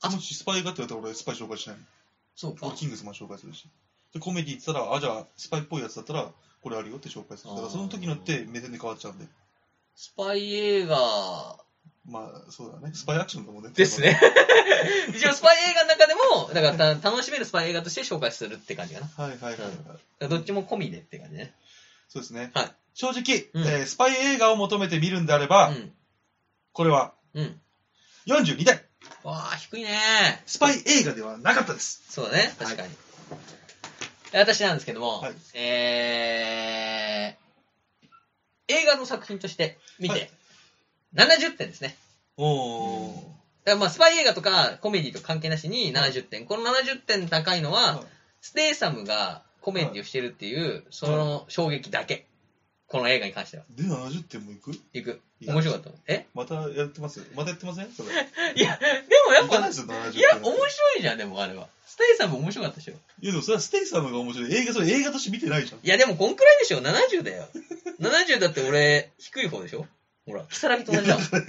[SPEAKER 2] あ
[SPEAKER 3] もしスパイがって言われたら俺スパイ紹介しないもん。
[SPEAKER 2] そうか
[SPEAKER 3] 俺。キングスマン紹介するし。で、コメディって言ったら、あ、じゃあスパイっぽいやつだったら、これあるよって紹介する。だ
[SPEAKER 2] あ
[SPEAKER 3] から
[SPEAKER 2] ー
[SPEAKER 3] その時によって目線で変わっちゃうんで。
[SPEAKER 2] スパイ映画
[SPEAKER 3] まあ、そうだね。スパイアクションだもんね。
[SPEAKER 2] です。ね。一応スパイ映画の中でも、だからた楽しめるスパイ映画として紹介するって感じかな。だか
[SPEAKER 3] はいはいはい、はい
[SPEAKER 2] らどっちも込みでって感じね。
[SPEAKER 3] そうですね。
[SPEAKER 2] はい
[SPEAKER 3] 正直、
[SPEAKER 2] うん
[SPEAKER 3] えースパイ映画を求めて見るんであれば、これは
[SPEAKER 2] うん。うん。
[SPEAKER 3] 42点。
[SPEAKER 2] わあ、低いね
[SPEAKER 3] スパイ映画ではなかったです。
[SPEAKER 2] そうだね、確かに。で私なんですけども、
[SPEAKER 3] はい
[SPEAKER 2] えー、映画の作品として見て、
[SPEAKER 3] はい
[SPEAKER 2] 70点ですね。
[SPEAKER 3] おー。
[SPEAKER 2] だからまあスパイ映画とかコメディとか関係なしに70点。この70点高いのは、
[SPEAKER 3] はい
[SPEAKER 2] ステイサムがコメディをしてるっていう、その衝撃だけ。この映画に関しては。
[SPEAKER 3] で、70点もいく
[SPEAKER 2] いく。
[SPEAKER 3] いや
[SPEAKER 2] 面白かったもん。え
[SPEAKER 3] またやってますまたやってませんそれ。
[SPEAKER 2] いや、でもやっ
[SPEAKER 3] いかな
[SPEAKER 2] ぱ、
[SPEAKER 3] いですよ、70
[SPEAKER 2] いや、
[SPEAKER 3] 点
[SPEAKER 2] 面白いじゃん、でもあれは。ステイサム面白かったでしょ。
[SPEAKER 3] いやでもそれはステイサムが面白い。映画、それ映画として見てないじゃん。
[SPEAKER 2] いや、でもこんくらいでしょ ?70 だよ。70だって俺、低い方でしょほら、キサラギと同じだもん。
[SPEAKER 3] そう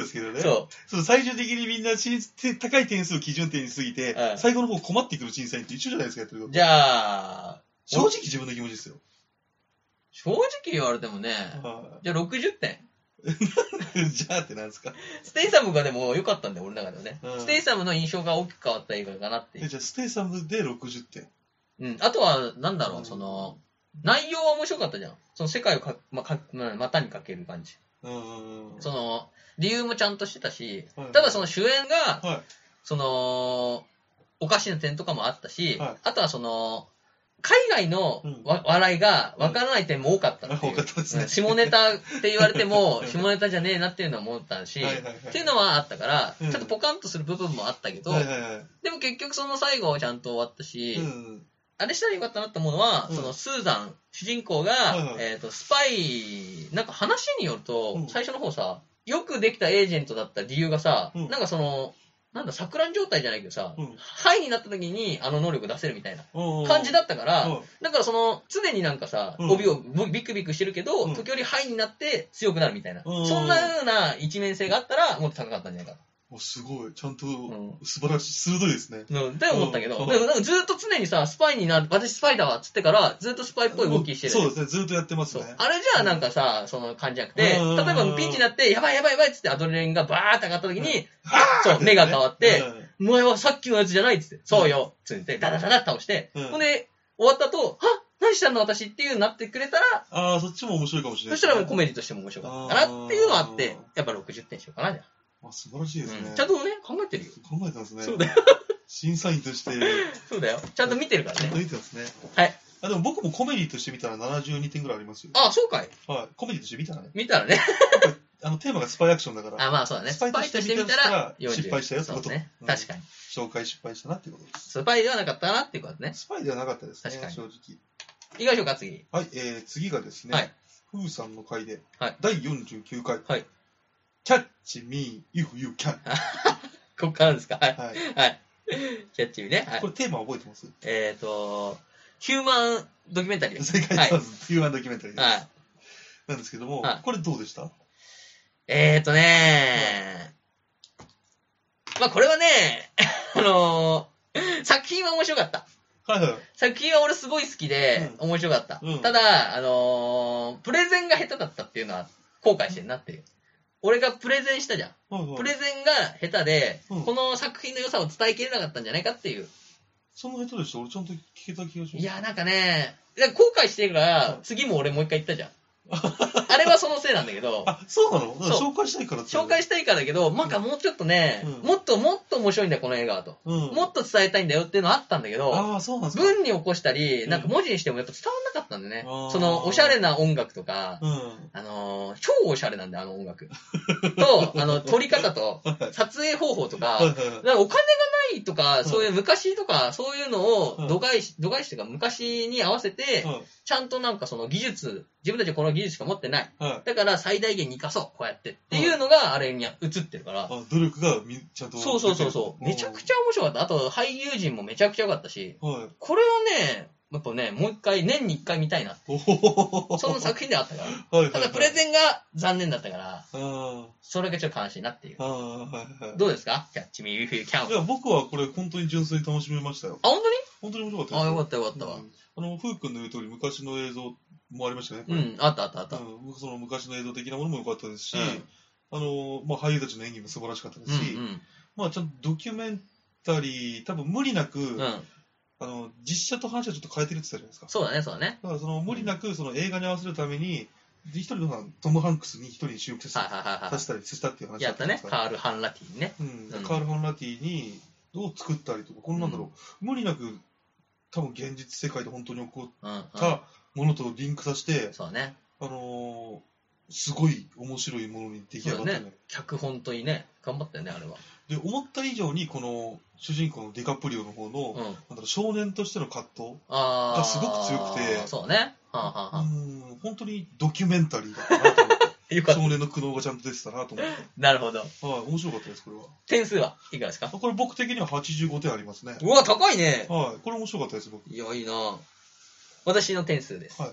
[SPEAKER 3] ですけどね。そう。
[SPEAKER 2] そ
[SPEAKER 3] 最終的にみんな審高い点数を基準点に過ぎて、
[SPEAKER 2] うん
[SPEAKER 3] 最後の方困ってくる審査員と一緒じゃないですか、やってるこ
[SPEAKER 2] う。
[SPEAKER 3] と。
[SPEAKER 2] じゃあ、
[SPEAKER 3] 正直自分の気持ちですよ。
[SPEAKER 2] 正直言われてもね、
[SPEAKER 3] は
[SPEAKER 2] じゃあ60点。
[SPEAKER 3] い じゃあってなんですか。
[SPEAKER 2] ステイサムがでも良かったんだよ、俺の中ではね。
[SPEAKER 3] うん
[SPEAKER 2] ステイサムの印象が大きく変わった映画かなってい
[SPEAKER 3] え
[SPEAKER 2] う。
[SPEAKER 3] じゃあステイサムで60点。
[SPEAKER 2] うん。あとは、なんだろ
[SPEAKER 3] う
[SPEAKER 2] う、
[SPEAKER 3] ん
[SPEAKER 2] その、内容は面白かったじゃん。その世界をか、ま、か、ま、股にかける感じ。
[SPEAKER 3] うんうんうん。
[SPEAKER 2] その、理由もちゃんとしてたし
[SPEAKER 3] はい、
[SPEAKER 2] ただその主演が、
[SPEAKER 3] はい
[SPEAKER 2] その、おかしな点とかもあったし、
[SPEAKER 3] はい
[SPEAKER 2] あとはその、海外の
[SPEAKER 3] うん
[SPEAKER 2] わ、笑いがわからない点も多かったっていう。
[SPEAKER 3] うん多かったですね
[SPEAKER 2] うん下ネタって言われて も、下ネタじゃねえなっていうのは思ったし、
[SPEAKER 3] はいはいはい
[SPEAKER 2] っていうのはあったから、
[SPEAKER 3] うん
[SPEAKER 2] ちょっとポカンとする部分もあったけど、
[SPEAKER 3] はいはいはい。
[SPEAKER 2] でも結局その最後はちゃんと終わったし、
[SPEAKER 3] うん
[SPEAKER 2] あれしたらよかったなと思うのは、
[SPEAKER 3] うん
[SPEAKER 2] そのスーザン、主人公が、
[SPEAKER 3] いはい
[SPEAKER 2] えっ、と、スパイ、なんか話によると、
[SPEAKER 3] うん
[SPEAKER 2] 最初の方さ、よくできたエージェントだった理由がさ、
[SPEAKER 3] うん
[SPEAKER 2] なんかその、なんだ、錯乱状態じゃないけどさ、
[SPEAKER 3] うん
[SPEAKER 2] ハイになった時にあの能力出せるみたいな
[SPEAKER 3] うんうん。
[SPEAKER 2] 感じだったから、
[SPEAKER 3] うん
[SPEAKER 2] だからその、常になんかさ、
[SPEAKER 3] うん
[SPEAKER 2] 帯をビクビクしてるけど、
[SPEAKER 3] うん
[SPEAKER 2] 時折ハイになって強くなるみたいな、
[SPEAKER 3] うん
[SPEAKER 2] そんなような一面性があったら、もっと高かったんじゃないか
[SPEAKER 3] おすごい。ちゃんと
[SPEAKER 2] と。うん
[SPEAKER 3] 素晴らしい。鋭いですね。
[SPEAKER 2] のって思ったけど、
[SPEAKER 3] うん
[SPEAKER 2] でもなんかずっと常にさ、スパイになる、私スパイだわっつってから、ずっとスパイっぽい動きしてるじゃん
[SPEAKER 3] そうですね。ずっとやってます
[SPEAKER 2] そう
[SPEAKER 3] ね。
[SPEAKER 2] あれじゃあなんかさ、その感じなくて、例え
[SPEAKER 3] うん
[SPEAKER 2] ばピンチになって、やばいやばいやばいっつってアドレナリンがバーって上がった時に、そう、
[SPEAKER 3] ね
[SPEAKER 2] 目が変わって、
[SPEAKER 3] うん
[SPEAKER 2] お前はさっきのやつじゃないっつって、そうよっつって、ダダダダって倒して、
[SPEAKER 3] うん
[SPEAKER 2] ほんで、終わった後、は何したの私っていうになってくれたら、
[SPEAKER 3] ああ、そっちも面白いかもしれ
[SPEAKER 2] そ
[SPEAKER 3] ない。
[SPEAKER 2] したらもうコメディとしても面白かったかなっていうのはあって、やっぱ60点しようかな、じゃあ
[SPEAKER 3] あ素晴らしいですね。
[SPEAKER 2] うんちゃんとね、考えてるよ。
[SPEAKER 3] 考えてますね。
[SPEAKER 2] そうだよ。
[SPEAKER 3] 審査員として、
[SPEAKER 2] そうだよ。ちゃんと見てるから
[SPEAKER 3] ちゃんと
[SPEAKER 2] ね。
[SPEAKER 3] 見てますね。
[SPEAKER 2] はい。
[SPEAKER 3] あ、でも僕もコメディとして見たら72点ぐらいありますよ。
[SPEAKER 2] あ、そうかい。
[SPEAKER 3] はい。コメディとして見たらね。
[SPEAKER 2] 見たらね。
[SPEAKER 3] あの、テーマがスパイアクションだから、
[SPEAKER 2] あ、まあそうだね。ス
[SPEAKER 3] スパイ
[SPEAKER 2] パ
[SPEAKER 3] と
[SPEAKER 2] イ
[SPEAKER 3] し
[SPEAKER 2] と
[SPEAKER 3] て
[SPEAKER 2] して見たら、40
[SPEAKER 3] 失敗したよって
[SPEAKER 2] そ
[SPEAKER 3] こ
[SPEAKER 2] う
[SPEAKER 3] と
[SPEAKER 2] ね
[SPEAKER 3] う。ん
[SPEAKER 2] 確かに。
[SPEAKER 3] 紹介失敗したなっていうことです。
[SPEAKER 2] スパイではなかったなっていうことね。
[SPEAKER 3] スパイではなかったですね、
[SPEAKER 2] 確かに
[SPEAKER 3] 正直。
[SPEAKER 2] いきましょうか、次。
[SPEAKER 3] はい、えー、次がですね、
[SPEAKER 2] はい
[SPEAKER 3] ふうさんの回で、
[SPEAKER 2] はい
[SPEAKER 3] 第49回、
[SPEAKER 2] はい
[SPEAKER 3] キャッチミー、if you can。
[SPEAKER 2] こっからですかはい。
[SPEAKER 3] はい。
[SPEAKER 2] はい。キャッチーね。はい
[SPEAKER 3] こ、れテーマ覚えてます
[SPEAKER 2] えっ、ー、と、ヒューマンドキュメンタリーです。
[SPEAKER 3] 正解
[SPEAKER 2] は
[SPEAKER 3] で
[SPEAKER 2] い
[SPEAKER 3] す。ヒューマンドキュメンタリーです。
[SPEAKER 2] はい。
[SPEAKER 3] なんですけども、
[SPEAKER 2] はい
[SPEAKER 3] これどうでした
[SPEAKER 2] えっ、ー、とねまあこれはね あのー作品は面白かった。
[SPEAKER 3] はいはい。
[SPEAKER 2] 作品は俺すごい好きで、面白かった。
[SPEAKER 3] うん
[SPEAKER 2] ただ、あのープレゼンが下手だったっていうのは後悔してるなっていう。俺がプレゼンしたじゃん。
[SPEAKER 3] はいはい
[SPEAKER 2] プレゼンが下手で、
[SPEAKER 3] うん
[SPEAKER 2] この作品の良さを伝えきれなかったんじゃないかっていう
[SPEAKER 3] その人でした俺ちゃんと聞けた気がします。
[SPEAKER 2] いや、なんかね、なんか後悔してるから、次も俺もう一回行 ったじゃん。あれはそのせいなんだけど、
[SPEAKER 3] あ、そうなのだから
[SPEAKER 2] そ
[SPEAKER 3] 紹介したいからって
[SPEAKER 2] 紹介したいからだけど、なんかもうちょっとね、
[SPEAKER 3] うん
[SPEAKER 2] もっともっと面白いんだよ、この映画はと。
[SPEAKER 3] うん。
[SPEAKER 2] もっと伝えたいんだよっていうのあったんだけど、
[SPEAKER 3] ああ、そうなんですか。
[SPEAKER 2] 文に起こしたり、
[SPEAKER 3] うん
[SPEAKER 2] なんか文字にしてもやっぱ伝わんなかったんだね
[SPEAKER 3] あ。ー
[SPEAKER 2] その、おしゃれな音楽とか、
[SPEAKER 3] うん。
[SPEAKER 2] あのー超おしゃれなんだよ、あの音楽。と、あの、撮り方と、撮影方法とか、
[SPEAKER 3] はいはいはい
[SPEAKER 2] なんかお金がないとか、
[SPEAKER 3] ん
[SPEAKER 2] そういう昔とか、そういうの
[SPEAKER 3] う
[SPEAKER 2] を
[SPEAKER 3] ん
[SPEAKER 2] 度外視、度外視というか昔に合わせて
[SPEAKER 3] うん、
[SPEAKER 2] ちゃんとなんかその技術、自分たちはこの技術しか持ってない。
[SPEAKER 3] はい。
[SPEAKER 2] だから最大限に生かそう、こうやって。っていうのがあれに映ってるから。
[SPEAKER 3] あ努力がみちゃんと。
[SPEAKER 2] そうそうそうそう。めちゃくちゃ面白かった。あと俳優陣もめちゃくちゃ良かったし、
[SPEAKER 3] ゃ。はい。
[SPEAKER 2] これをね、やっぱね、もう一回、年に一回見たい な。
[SPEAKER 3] おほ
[SPEAKER 2] その作品ではあったから。
[SPEAKER 3] はいはいはい。
[SPEAKER 2] ただプレゼンが残念だったから、
[SPEAKER 3] あ
[SPEAKER 2] それだけちょっと悲しいなっていう
[SPEAKER 3] あ、。ああはいはい。
[SPEAKER 2] どうですかキャッチミーウィフィーキャン。
[SPEAKER 3] いや、僕はこれ本当に純粋に楽しめましたよ。
[SPEAKER 2] あ、本
[SPEAKER 3] 本当に面白かっ
[SPEAKER 2] 当に
[SPEAKER 3] た
[SPEAKER 2] あ、よか
[SPEAKER 3] っ
[SPEAKER 2] ったよかったわ。
[SPEAKER 3] あの、ふうくんの言う通り昔の映像もありましたね。
[SPEAKER 2] う
[SPEAKER 3] やっ
[SPEAKER 2] ん、あったあったあっ
[SPEAKER 3] ぱ
[SPEAKER 2] た
[SPEAKER 3] り。うんその昔の映像的なものも良かったですし、
[SPEAKER 2] うん
[SPEAKER 3] あの、まあ、俳優たちの演技も素晴らしかったですし、
[SPEAKER 2] うん
[SPEAKER 3] まあ、ちゃんとドキュメンタリー、多分無理なく、
[SPEAKER 2] うん。うん。
[SPEAKER 3] あの、実写と反射ちょっと変えてるって言ってたじゃないですか。
[SPEAKER 2] そうだね、そうだね。
[SPEAKER 3] だからその無理なくその映画に合わせるために、一人のトム・ハンクスに一人に集中
[SPEAKER 2] はい
[SPEAKER 3] さ
[SPEAKER 2] はいはいは
[SPEAKER 3] せたりしたっていう話
[SPEAKER 2] い。やったね
[SPEAKER 3] じ、ゃない
[SPEAKER 2] カール・ハンラティね。う
[SPEAKER 3] ですかうんん、カール・ハンラティにどう作ったりとか、このなんだろう、無理なく多分現実世界で本当に起こ
[SPEAKER 2] うん、うん。
[SPEAKER 3] ったものとリンクさせて、
[SPEAKER 2] そうだね。
[SPEAKER 3] あのーすごい面白いものに出来上がった
[SPEAKER 2] そうだ
[SPEAKER 3] ね。
[SPEAKER 2] 脚本といいね、頑張ったよね、あれは。
[SPEAKER 3] で、思った以上にこの主人公のディカプリオの方の、
[SPEAKER 2] う
[SPEAKER 3] な
[SPEAKER 2] ん。
[SPEAKER 3] んだろう少年としての葛藤、
[SPEAKER 2] あー。
[SPEAKER 3] がすごく強くて
[SPEAKER 2] そうね。はあ、はあは
[SPEAKER 3] うん、本当にドキュメンタリーだったなと思って。
[SPEAKER 2] あ、よ かっ
[SPEAKER 3] 少年の苦悩がちゃんと出てたなと思って。
[SPEAKER 2] た。なるほど。
[SPEAKER 3] はい、面白かったです、これは。
[SPEAKER 2] 点数はいかがですか
[SPEAKER 3] これ僕的には85点ありますね。
[SPEAKER 2] うわ、高いね。
[SPEAKER 3] はい、これ面白かったです、僕。
[SPEAKER 2] いや、いいな私の点数です。
[SPEAKER 3] はい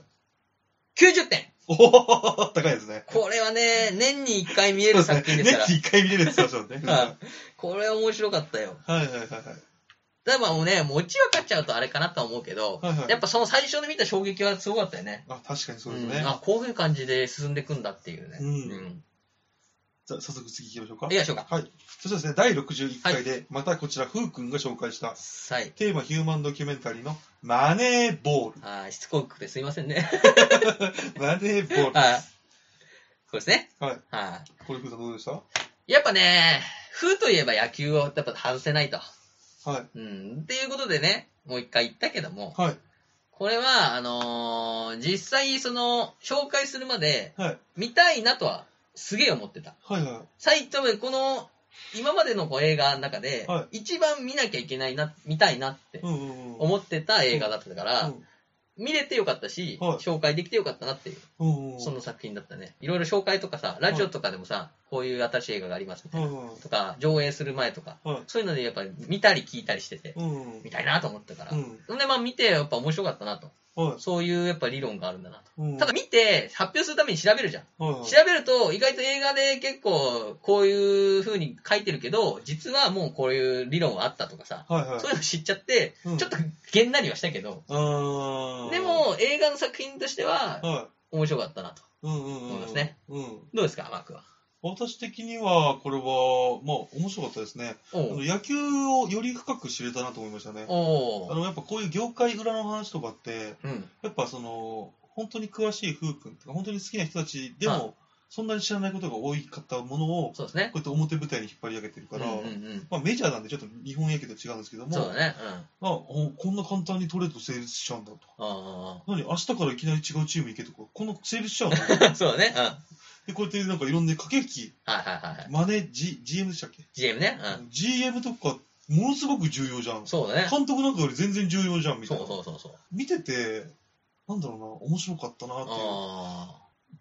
[SPEAKER 2] 90点
[SPEAKER 3] おお高いですね。
[SPEAKER 2] これはね、年に1回見れる作品 ですから。
[SPEAKER 3] 年に1回見れるって言ってましたもん ね。
[SPEAKER 2] はいこれは面白かったよ。
[SPEAKER 3] はいはいはい
[SPEAKER 2] ただまあもうね、もう1話勝っちゃうとあれかなとは思うけど、
[SPEAKER 3] はい。はいは
[SPEAKER 2] やっ
[SPEAKER 3] い。
[SPEAKER 2] ぱその最初の見た衝撃はすごかったよね。
[SPEAKER 3] あ、確かにそうです
[SPEAKER 2] う
[SPEAKER 3] ね
[SPEAKER 2] ん。あ、こういう感じで進んでいくんだっていうね。
[SPEAKER 3] うんじゃあ、早速次行きましょうか
[SPEAKER 2] い。きましょうか。
[SPEAKER 3] はい。そしてですね、第61回で、またこちら、ふうくんが紹介した、
[SPEAKER 2] はい。
[SPEAKER 3] テーマヒューマンドキュメンタリーの、マネーボール。
[SPEAKER 2] あーしつこくてすいませんね。
[SPEAKER 3] マネーボール
[SPEAKER 2] はい
[SPEAKER 3] です。。
[SPEAKER 2] そうですね。
[SPEAKER 3] はい。
[SPEAKER 2] は。
[SPEAKER 3] これ、ふうさんどうでしたはい
[SPEAKER 2] やっぱね、風といえば野球をやっぱ外せないと。
[SPEAKER 3] い。
[SPEAKER 2] うん。っていうことでね、もう一回言ったけども、
[SPEAKER 3] はい。
[SPEAKER 2] これは、あのー実際その、紹介するまで、
[SPEAKER 3] はい。
[SPEAKER 2] 見たいなとは、すげえ思ってた。
[SPEAKER 3] はいはい。
[SPEAKER 2] 最多分この、今までのこう映画の中で、
[SPEAKER 3] は
[SPEAKER 2] 一番見なきゃいけないな、見たいなって
[SPEAKER 3] うんうんうん。
[SPEAKER 2] 思ってた映画だったから、
[SPEAKER 3] うん
[SPEAKER 2] 見れてよかったし、
[SPEAKER 3] はい
[SPEAKER 2] 紹介できてよかったなっていう、
[SPEAKER 3] うんうん。
[SPEAKER 2] その作品だったね。いろいろ紹介とかさ、ラジオとかでもさ、こういう新しい映画がありますみた
[SPEAKER 3] う
[SPEAKER 2] いな、
[SPEAKER 3] んうん。
[SPEAKER 2] とか、上映する前とか、
[SPEAKER 3] はい
[SPEAKER 2] そういうのでやっぱり見たり聞いたりしてて、
[SPEAKER 3] うんうん。
[SPEAKER 2] 見たいなと思ったから。
[SPEAKER 3] うん。
[SPEAKER 2] そんでまあ見てやっぱ面白かったなと。
[SPEAKER 3] は
[SPEAKER 2] そういうやっぱ理論があるんだなと。
[SPEAKER 3] い。うん
[SPEAKER 2] ただ見て発表するために調べるじゃん。
[SPEAKER 3] はいはい。
[SPEAKER 2] 調べると、意外と映画で結構、こういう風に書いてるけど、実はもうこういう理論はあったとかさ、
[SPEAKER 3] はいはい
[SPEAKER 2] そういうの知っちゃって、
[SPEAKER 3] うん
[SPEAKER 2] ちょっとげんなりはしたけど、
[SPEAKER 3] あー
[SPEAKER 2] で、も映画の作品としては
[SPEAKER 3] は
[SPEAKER 2] 面白かったなと。
[SPEAKER 3] い。うんうんうん。
[SPEAKER 2] 思いますね。
[SPEAKER 3] うん。
[SPEAKER 2] どうですか、マークは。
[SPEAKER 3] 私的には、これは、まあ、面白かったですね。あ
[SPEAKER 2] お
[SPEAKER 3] の
[SPEAKER 2] う
[SPEAKER 3] 野球をより深く知れたなと思いましたね。あ
[SPEAKER 2] おう
[SPEAKER 3] の、やっぱこういう業界裏の話とかって、
[SPEAKER 2] うん。
[SPEAKER 3] やっぱその、本当に詳しい風君とか、本当に好きな人たちで
[SPEAKER 2] は
[SPEAKER 3] も、そんなに知らないことが多かったものを、こ
[SPEAKER 2] そうですね
[SPEAKER 3] う。やって表舞台に引っ張り上げてるから、
[SPEAKER 2] うんうんうん
[SPEAKER 3] まあメジャーなんでちょっと日本野球と違うんですけども、
[SPEAKER 2] そうだね。
[SPEAKER 3] まあ、おこんな簡単にトレード成立しちゃうんだと。
[SPEAKER 2] うんあ
[SPEAKER 3] 何明日からいきなり違うチーム行けとか、この成立しちゃうんだと。
[SPEAKER 2] あ。 そうだね。うん。はい
[SPEAKER 3] で、こうやってなんかいろんな駆け引き、
[SPEAKER 2] はいはいはい。
[SPEAKER 3] マネ、G、GM でしたっけ、
[SPEAKER 2] GM ね。
[SPEAKER 3] ?GM とか、ものすごく重要じゃ
[SPEAKER 2] うんん。。そうだね。
[SPEAKER 3] 監督なんかより全然重要じゃん、み
[SPEAKER 2] そ
[SPEAKER 3] たいうな。
[SPEAKER 2] そうそうそう。
[SPEAKER 3] 見てて、なんだろうな、面白かったなっていう。
[SPEAKER 2] あ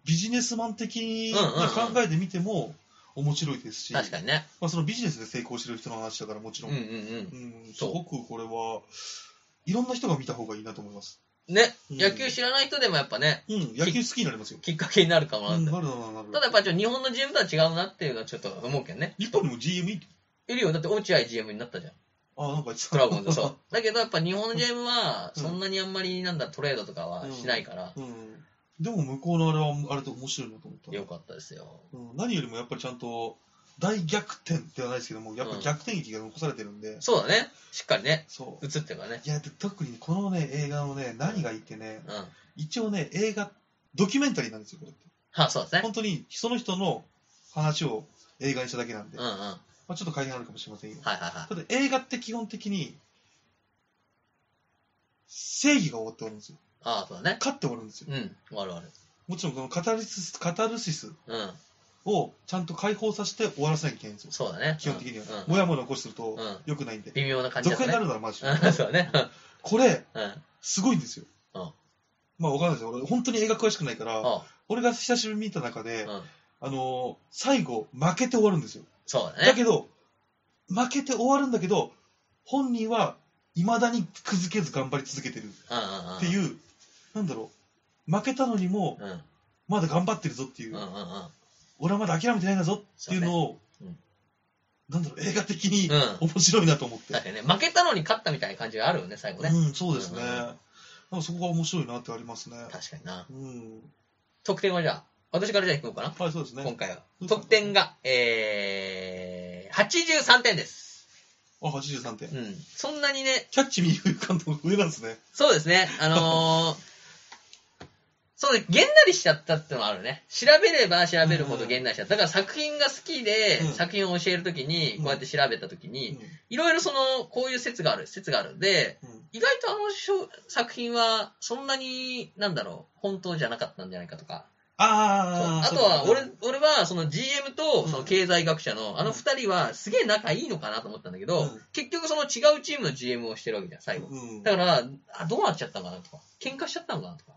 [SPEAKER 3] ビジネスマン的
[SPEAKER 2] うんうんうん
[SPEAKER 3] な考えで見ても面白いですし、
[SPEAKER 2] あ。確かにね。
[SPEAKER 3] まあ、そのビジネスで成功してる人の話だからもち
[SPEAKER 2] う
[SPEAKER 3] ろ
[SPEAKER 2] んう
[SPEAKER 3] ん、
[SPEAKER 2] ん
[SPEAKER 3] う
[SPEAKER 2] うん。
[SPEAKER 3] んす
[SPEAKER 2] そう
[SPEAKER 3] ごくこれは、いろんな人が見た方がいいなと思います。
[SPEAKER 2] ね、
[SPEAKER 3] うん
[SPEAKER 2] 野球知らない人でもやっぱね、
[SPEAKER 3] うん、野球好きになりますよ。
[SPEAKER 2] きっかけになるかも
[SPEAKER 3] う
[SPEAKER 2] なっ
[SPEAKER 3] ん、
[SPEAKER 2] て。
[SPEAKER 3] なるなるなる。
[SPEAKER 2] ただやっぱちょっと日本の GM とは違うなっていうのはちょっと思うけどね。
[SPEAKER 3] 日本にも GM い
[SPEAKER 2] いるよ。だって落合 GM になったじゃん。
[SPEAKER 3] あ、なんか
[SPEAKER 2] ドラゴンズ。
[SPEAKER 3] そ
[SPEAKER 2] そう。だけどやっぱ日本の GM は、
[SPEAKER 3] うん
[SPEAKER 2] そんなにあんまりなんだトレードとかはしないから、
[SPEAKER 3] う。うん。でも向こうのあれは、あれと面白いなと思った。
[SPEAKER 2] よかったですよ。
[SPEAKER 3] うん、何よりもやっぱりちゃんと大逆転ではないですけども、やっ
[SPEAKER 2] う
[SPEAKER 3] ぱ
[SPEAKER 2] ん
[SPEAKER 3] 逆転劇が残されてるんで、
[SPEAKER 2] そうだね。しっかりね、
[SPEAKER 3] そう。
[SPEAKER 2] 映ってるからね。
[SPEAKER 3] いや、で特にこのね、映画のね、何がいいってね、
[SPEAKER 2] うん。は
[SPEAKER 3] 一応ね、映画、ドキュメンタリーなんですよ、これって。
[SPEAKER 2] あ、そうですね。
[SPEAKER 3] 本当に、その人の話を映画にしただけなんで、
[SPEAKER 2] うんうん。
[SPEAKER 3] ま
[SPEAKER 2] はい
[SPEAKER 3] あ、ちょっと改変あるかもしれませんよ。
[SPEAKER 2] はいは
[SPEAKER 3] ただ、映画って基本的に、正義が終わって終わるんですよ。
[SPEAKER 2] い。ああ、そうだね。
[SPEAKER 3] 勝って終わるんですよ。
[SPEAKER 2] うん。あるある。
[SPEAKER 3] もちろん、このカタルシス、カタルシス
[SPEAKER 2] うん。
[SPEAKER 3] をちゃんと解放させて終わらせなきゃいけないんですよ。
[SPEAKER 2] そうだね。
[SPEAKER 3] 基本的には。
[SPEAKER 2] うん
[SPEAKER 3] もやもや起こしてると
[SPEAKER 2] うん。うん。
[SPEAKER 3] 良くないんで。
[SPEAKER 2] 微妙な感じだ
[SPEAKER 3] 続
[SPEAKER 2] った
[SPEAKER 3] 編にな
[SPEAKER 2] ね。
[SPEAKER 3] るならマジで。
[SPEAKER 2] うんそうだね。
[SPEAKER 3] これ、
[SPEAKER 2] うん。うん
[SPEAKER 3] すごいんですよ。
[SPEAKER 2] うん
[SPEAKER 3] まあ、わかんないですよ。俺、本当に映画詳しくないから、
[SPEAKER 2] あ
[SPEAKER 3] 俺が久しぶりに見た中
[SPEAKER 2] う
[SPEAKER 3] で、
[SPEAKER 2] ん。
[SPEAKER 3] あのー最後、負けて終わるんですよ。
[SPEAKER 2] そうだ
[SPEAKER 3] だ
[SPEAKER 2] ね。
[SPEAKER 3] けど、負けて終わるんだけど、本人は、未だにくずけず頑張り続けてる
[SPEAKER 2] うんうんうん。
[SPEAKER 3] っていう、なんだろう、負けたのにも、
[SPEAKER 2] うん。うん
[SPEAKER 3] まだ頑張ってるぞっていう、
[SPEAKER 2] うんうん。
[SPEAKER 3] 俺はまだ諦めてないんだぞっていうのを、
[SPEAKER 2] そうね
[SPEAKER 3] なんだろう、映画的に
[SPEAKER 2] うん
[SPEAKER 3] 面白いなと思って。
[SPEAKER 2] 確かにね、負けたのに勝ったみたいな感じがあるよね、最後ね。
[SPEAKER 3] うん、そうですね。
[SPEAKER 2] うん
[SPEAKER 3] なんかそこが面白いなってありますね。
[SPEAKER 2] 確かにな。
[SPEAKER 3] うん。
[SPEAKER 2] 得点はじゃあ、私からじゃあ行こうかな、
[SPEAKER 3] はい、そうですね
[SPEAKER 2] 今。回は
[SPEAKER 3] う。ん
[SPEAKER 2] 得点が、えー、83点です。
[SPEAKER 3] あ、83点。
[SPEAKER 2] うん。そんなにね、
[SPEAKER 3] キャッチミーフ監督上なんですね。
[SPEAKER 2] そうですね、あのー、 そうね、げんなりしちゃったってのはあるね。調べれば調べるほどげんなりしちゃった。だから作品が好きで、
[SPEAKER 3] うん
[SPEAKER 2] 作品を教えるときに、
[SPEAKER 3] うん
[SPEAKER 2] こうやって調べたとき
[SPEAKER 3] う
[SPEAKER 2] に、
[SPEAKER 3] ん
[SPEAKER 2] いろいろその、こういう説がある、説がある。で、
[SPEAKER 3] うん
[SPEAKER 2] 意外とあの小作品は、そんなに、なんだろう、本当じゃなかったんじゃないかとか。
[SPEAKER 3] あ
[SPEAKER 2] あ
[SPEAKER 3] あ、
[SPEAKER 2] とは、
[SPEAKER 3] そう
[SPEAKER 2] 俺
[SPEAKER 3] だね、
[SPEAKER 2] 俺は、その GM と
[SPEAKER 3] うん
[SPEAKER 2] その経済学者の、あの二人は、すげえ仲いいのかなと思ったんだけど、
[SPEAKER 3] うん
[SPEAKER 2] 結局その違うチームの GM をしてるわけじゃん、最後。
[SPEAKER 3] うん。
[SPEAKER 2] だから、あどうなっちゃったのかなとか、喧嘩しちゃったのかなとか。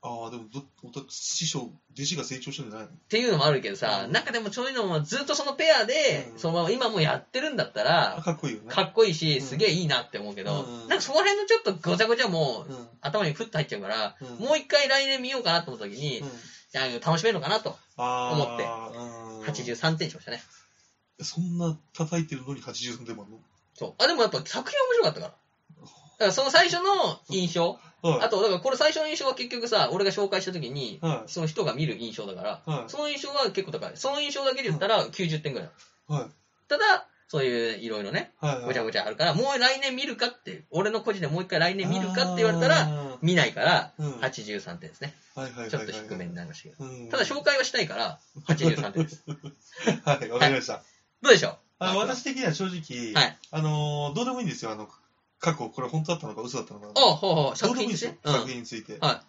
[SPEAKER 3] ああ、でもど、おた師匠、弟子が成長してるんじゃないの
[SPEAKER 2] っていうのもあるけどさ、
[SPEAKER 3] うん
[SPEAKER 2] なんかでもそういうのもずっとそのペアで、
[SPEAKER 3] うん
[SPEAKER 2] そのまま今もやってるんだった
[SPEAKER 3] あ
[SPEAKER 2] ら、
[SPEAKER 3] かっこいいよね。
[SPEAKER 2] かっこいいし、
[SPEAKER 3] うん
[SPEAKER 2] すげえいいなって思うけど、
[SPEAKER 3] うん
[SPEAKER 2] なんかその辺のちょっとごちゃごちゃもう、
[SPEAKER 3] うん。
[SPEAKER 2] 頭にふっと入っちゃうから、
[SPEAKER 3] うん
[SPEAKER 2] もう一回来年見ようかなと思った時に、
[SPEAKER 3] うん
[SPEAKER 2] あの楽しめるのかなと、
[SPEAKER 3] ああ、思うん。
[SPEAKER 2] 83点にしましたね。
[SPEAKER 3] そんな叩いてるのに83点もあるの
[SPEAKER 2] そう。あ、でもやっぱ作品面白かったから。だからその最初の印象、
[SPEAKER 3] はい。
[SPEAKER 2] あと、だからこれ最初の印象は結局さ、俺が紹介した時に、
[SPEAKER 3] は
[SPEAKER 2] その人が見る印象だから、
[SPEAKER 3] い。はい。
[SPEAKER 2] その印象は結構高い。その印象だけで言ったら90点ぐらい。
[SPEAKER 3] はい。
[SPEAKER 2] ただ、そういういろいろね、
[SPEAKER 3] はい。
[SPEAKER 2] ごちゃ
[SPEAKER 3] ご
[SPEAKER 2] ごちゃあるから、もう来年見るかって、俺の個人でもう一回来
[SPEAKER 3] ち
[SPEAKER 2] 年見るかって言われたら、、見ないから、
[SPEAKER 3] うん
[SPEAKER 2] 83点ですね。
[SPEAKER 3] はいはいはいはいはい
[SPEAKER 2] ちょっと低めになりましたけど。
[SPEAKER 3] うん
[SPEAKER 2] ただ、紹介はしたいから、83点です。
[SPEAKER 3] はい、わかりました。
[SPEAKER 2] どうでしょう
[SPEAKER 3] あの
[SPEAKER 2] マークは
[SPEAKER 3] 私的には正直、
[SPEAKER 2] はい
[SPEAKER 3] あのーどうでもいいんですよ、あの、過去、これ本当だったのか嘘だったのか。
[SPEAKER 2] あ、ほうほう、
[SPEAKER 3] ど
[SPEAKER 2] 作
[SPEAKER 3] うでもい
[SPEAKER 2] 品
[SPEAKER 3] い
[SPEAKER 2] で
[SPEAKER 3] んで
[SPEAKER 2] す
[SPEAKER 3] すよ
[SPEAKER 2] ね。、うん。
[SPEAKER 3] 作品について。
[SPEAKER 2] は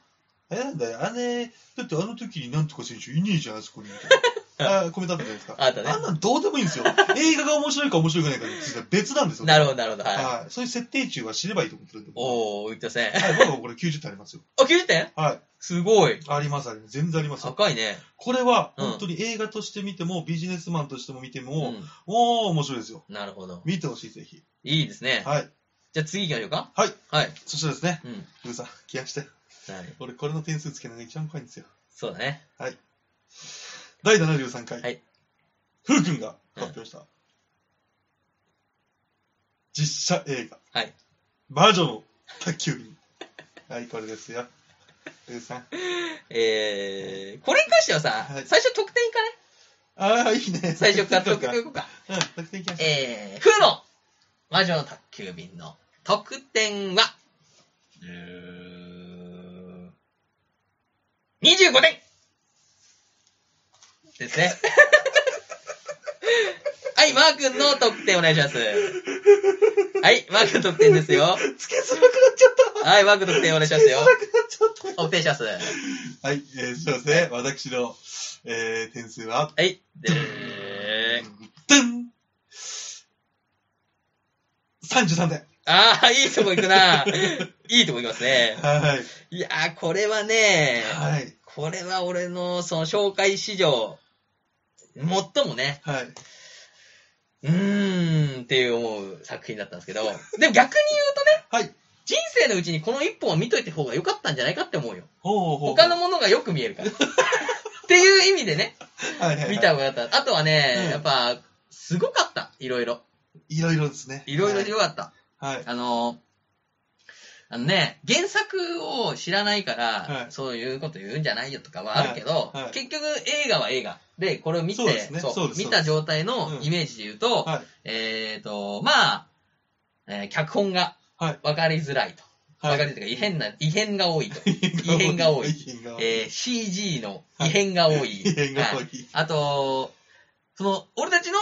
[SPEAKER 3] え、なんだよ、あれ、だってあの時になんとか選手いねえじゃん、あそこに。みたいなあコメントあったじゃないですか。
[SPEAKER 2] あったね
[SPEAKER 3] あんなんどうでもいいんですよ。映画が面白いか面白くないかについては別なんです
[SPEAKER 2] い。
[SPEAKER 3] よ。
[SPEAKER 2] なるほど、なるほど。はい。
[SPEAKER 3] はい。そういう設定中は知ればいいと思ってるんで。
[SPEAKER 2] おー、浮いたせん。
[SPEAKER 3] はい、僕はこれ90点ありますよ。
[SPEAKER 2] あ、90点
[SPEAKER 3] はい。
[SPEAKER 2] すごい。
[SPEAKER 3] あります、あります。全然ありますよ。
[SPEAKER 2] 高いね。
[SPEAKER 3] これは、
[SPEAKER 2] うん
[SPEAKER 3] 本当に映画として見ても、ビジネスマンとしても見て
[SPEAKER 2] う
[SPEAKER 3] も、
[SPEAKER 2] ん。
[SPEAKER 3] おー、面白いですよ。
[SPEAKER 2] なるほど。
[SPEAKER 3] 見てほしい、ぜひ。
[SPEAKER 2] いいですね。
[SPEAKER 3] はい。
[SPEAKER 2] じゃあ次行きましょうか。
[SPEAKER 3] はい。
[SPEAKER 2] はい。
[SPEAKER 3] そしてですね、
[SPEAKER 2] うん。
[SPEAKER 3] ルーさん、気合して。
[SPEAKER 2] はい
[SPEAKER 3] 俺、これの点数つけないのが一番怖いんですよ。
[SPEAKER 2] そうだね。
[SPEAKER 3] 第73回。
[SPEAKER 2] はい。
[SPEAKER 3] ふうくんが発表した。実写映画。
[SPEAKER 2] はい。
[SPEAKER 3] 魔女の宅急便。はい、これですよ。ルーさん。
[SPEAKER 2] えー、これに関してはさ
[SPEAKER 3] は、い
[SPEAKER 2] 最初得点いかね
[SPEAKER 3] ああ、いいね。
[SPEAKER 2] 最初から
[SPEAKER 3] 得
[SPEAKER 2] 得
[SPEAKER 3] 点
[SPEAKER 2] 点
[SPEAKER 3] い
[SPEAKER 2] いこ
[SPEAKER 3] こ
[SPEAKER 2] うか。
[SPEAKER 3] うか。うん、得点いきましょ
[SPEAKER 2] えー、風の魔女の宅急便の得点は、うー25点です ね。はい、マー君の得点お願いします。はい、マー君の得点ですよ。
[SPEAKER 3] う。つけづらくなっちゃっ
[SPEAKER 2] はい、マー君の得点お願いしますよ
[SPEAKER 3] た。。つけづらくなっちゃった。
[SPEAKER 2] 得点します。は
[SPEAKER 3] はい、えー、そうですね。私の、えー、点数は、
[SPEAKER 2] い、でーん
[SPEAKER 3] でん !33 点。
[SPEAKER 2] あー、いいとこ行く な。いいとこ行きますね。
[SPEAKER 3] はい。
[SPEAKER 2] いやー、これはね、
[SPEAKER 3] はい。
[SPEAKER 2] これは俺の、その、紹介史上、最もね、
[SPEAKER 3] はい。
[SPEAKER 2] うーんっていう思う作品だったんですけど、でも逆に言うとね、
[SPEAKER 3] はい
[SPEAKER 2] 人生のうちにこの一本は見といた方が良かったんじゃないかって思うよ。
[SPEAKER 3] ほうほうほう。
[SPEAKER 2] 他のものがよく見えるから。っていう意味でね、
[SPEAKER 3] はいはいはい、
[SPEAKER 2] 見た方が良かった。あとはね、
[SPEAKER 3] うん
[SPEAKER 2] やっぱ、すごかった。いろいろ。
[SPEAKER 3] いろいろですね。
[SPEAKER 2] いろいろ良かった。
[SPEAKER 3] はい。はい。
[SPEAKER 2] あの、あのね、原作を知らないから、
[SPEAKER 3] はい
[SPEAKER 2] そういうこと言うんじゃないよとかはあるけど、
[SPEAKER 3] はいはい
[SPEAKER 2] 結局映画は映画。で、これを見て、
[SPEAKER 3] そうですね
[SPEAKER 2] そう
[SPEAKER 3] そうです
[SPEAKER 2] 見た状態の
[SPEAKER 3] うん
[SPEAKER 2] イメージで言うと、
[SPEAKER 3] はい
[SPEAKER 2] えっ、と、まあ、えー脚本が
[SPEAKER 3] はい
[SPEAKER 2] 分かりづらいと。
[SPEAKER 3] はい
[SPEAKER 2] 分かりづらいというか、異変な、異変が多いと。異変が多い
[SPEAKER 3] 異変が多い。
[SPEAKER 2] えー CG の異変が多い。
[SPEAKER 3] 異変が多
[SPEAKER 2] はい
[SPEAKER 3] い。
[SPEAKER 2] あと、その、俺たちの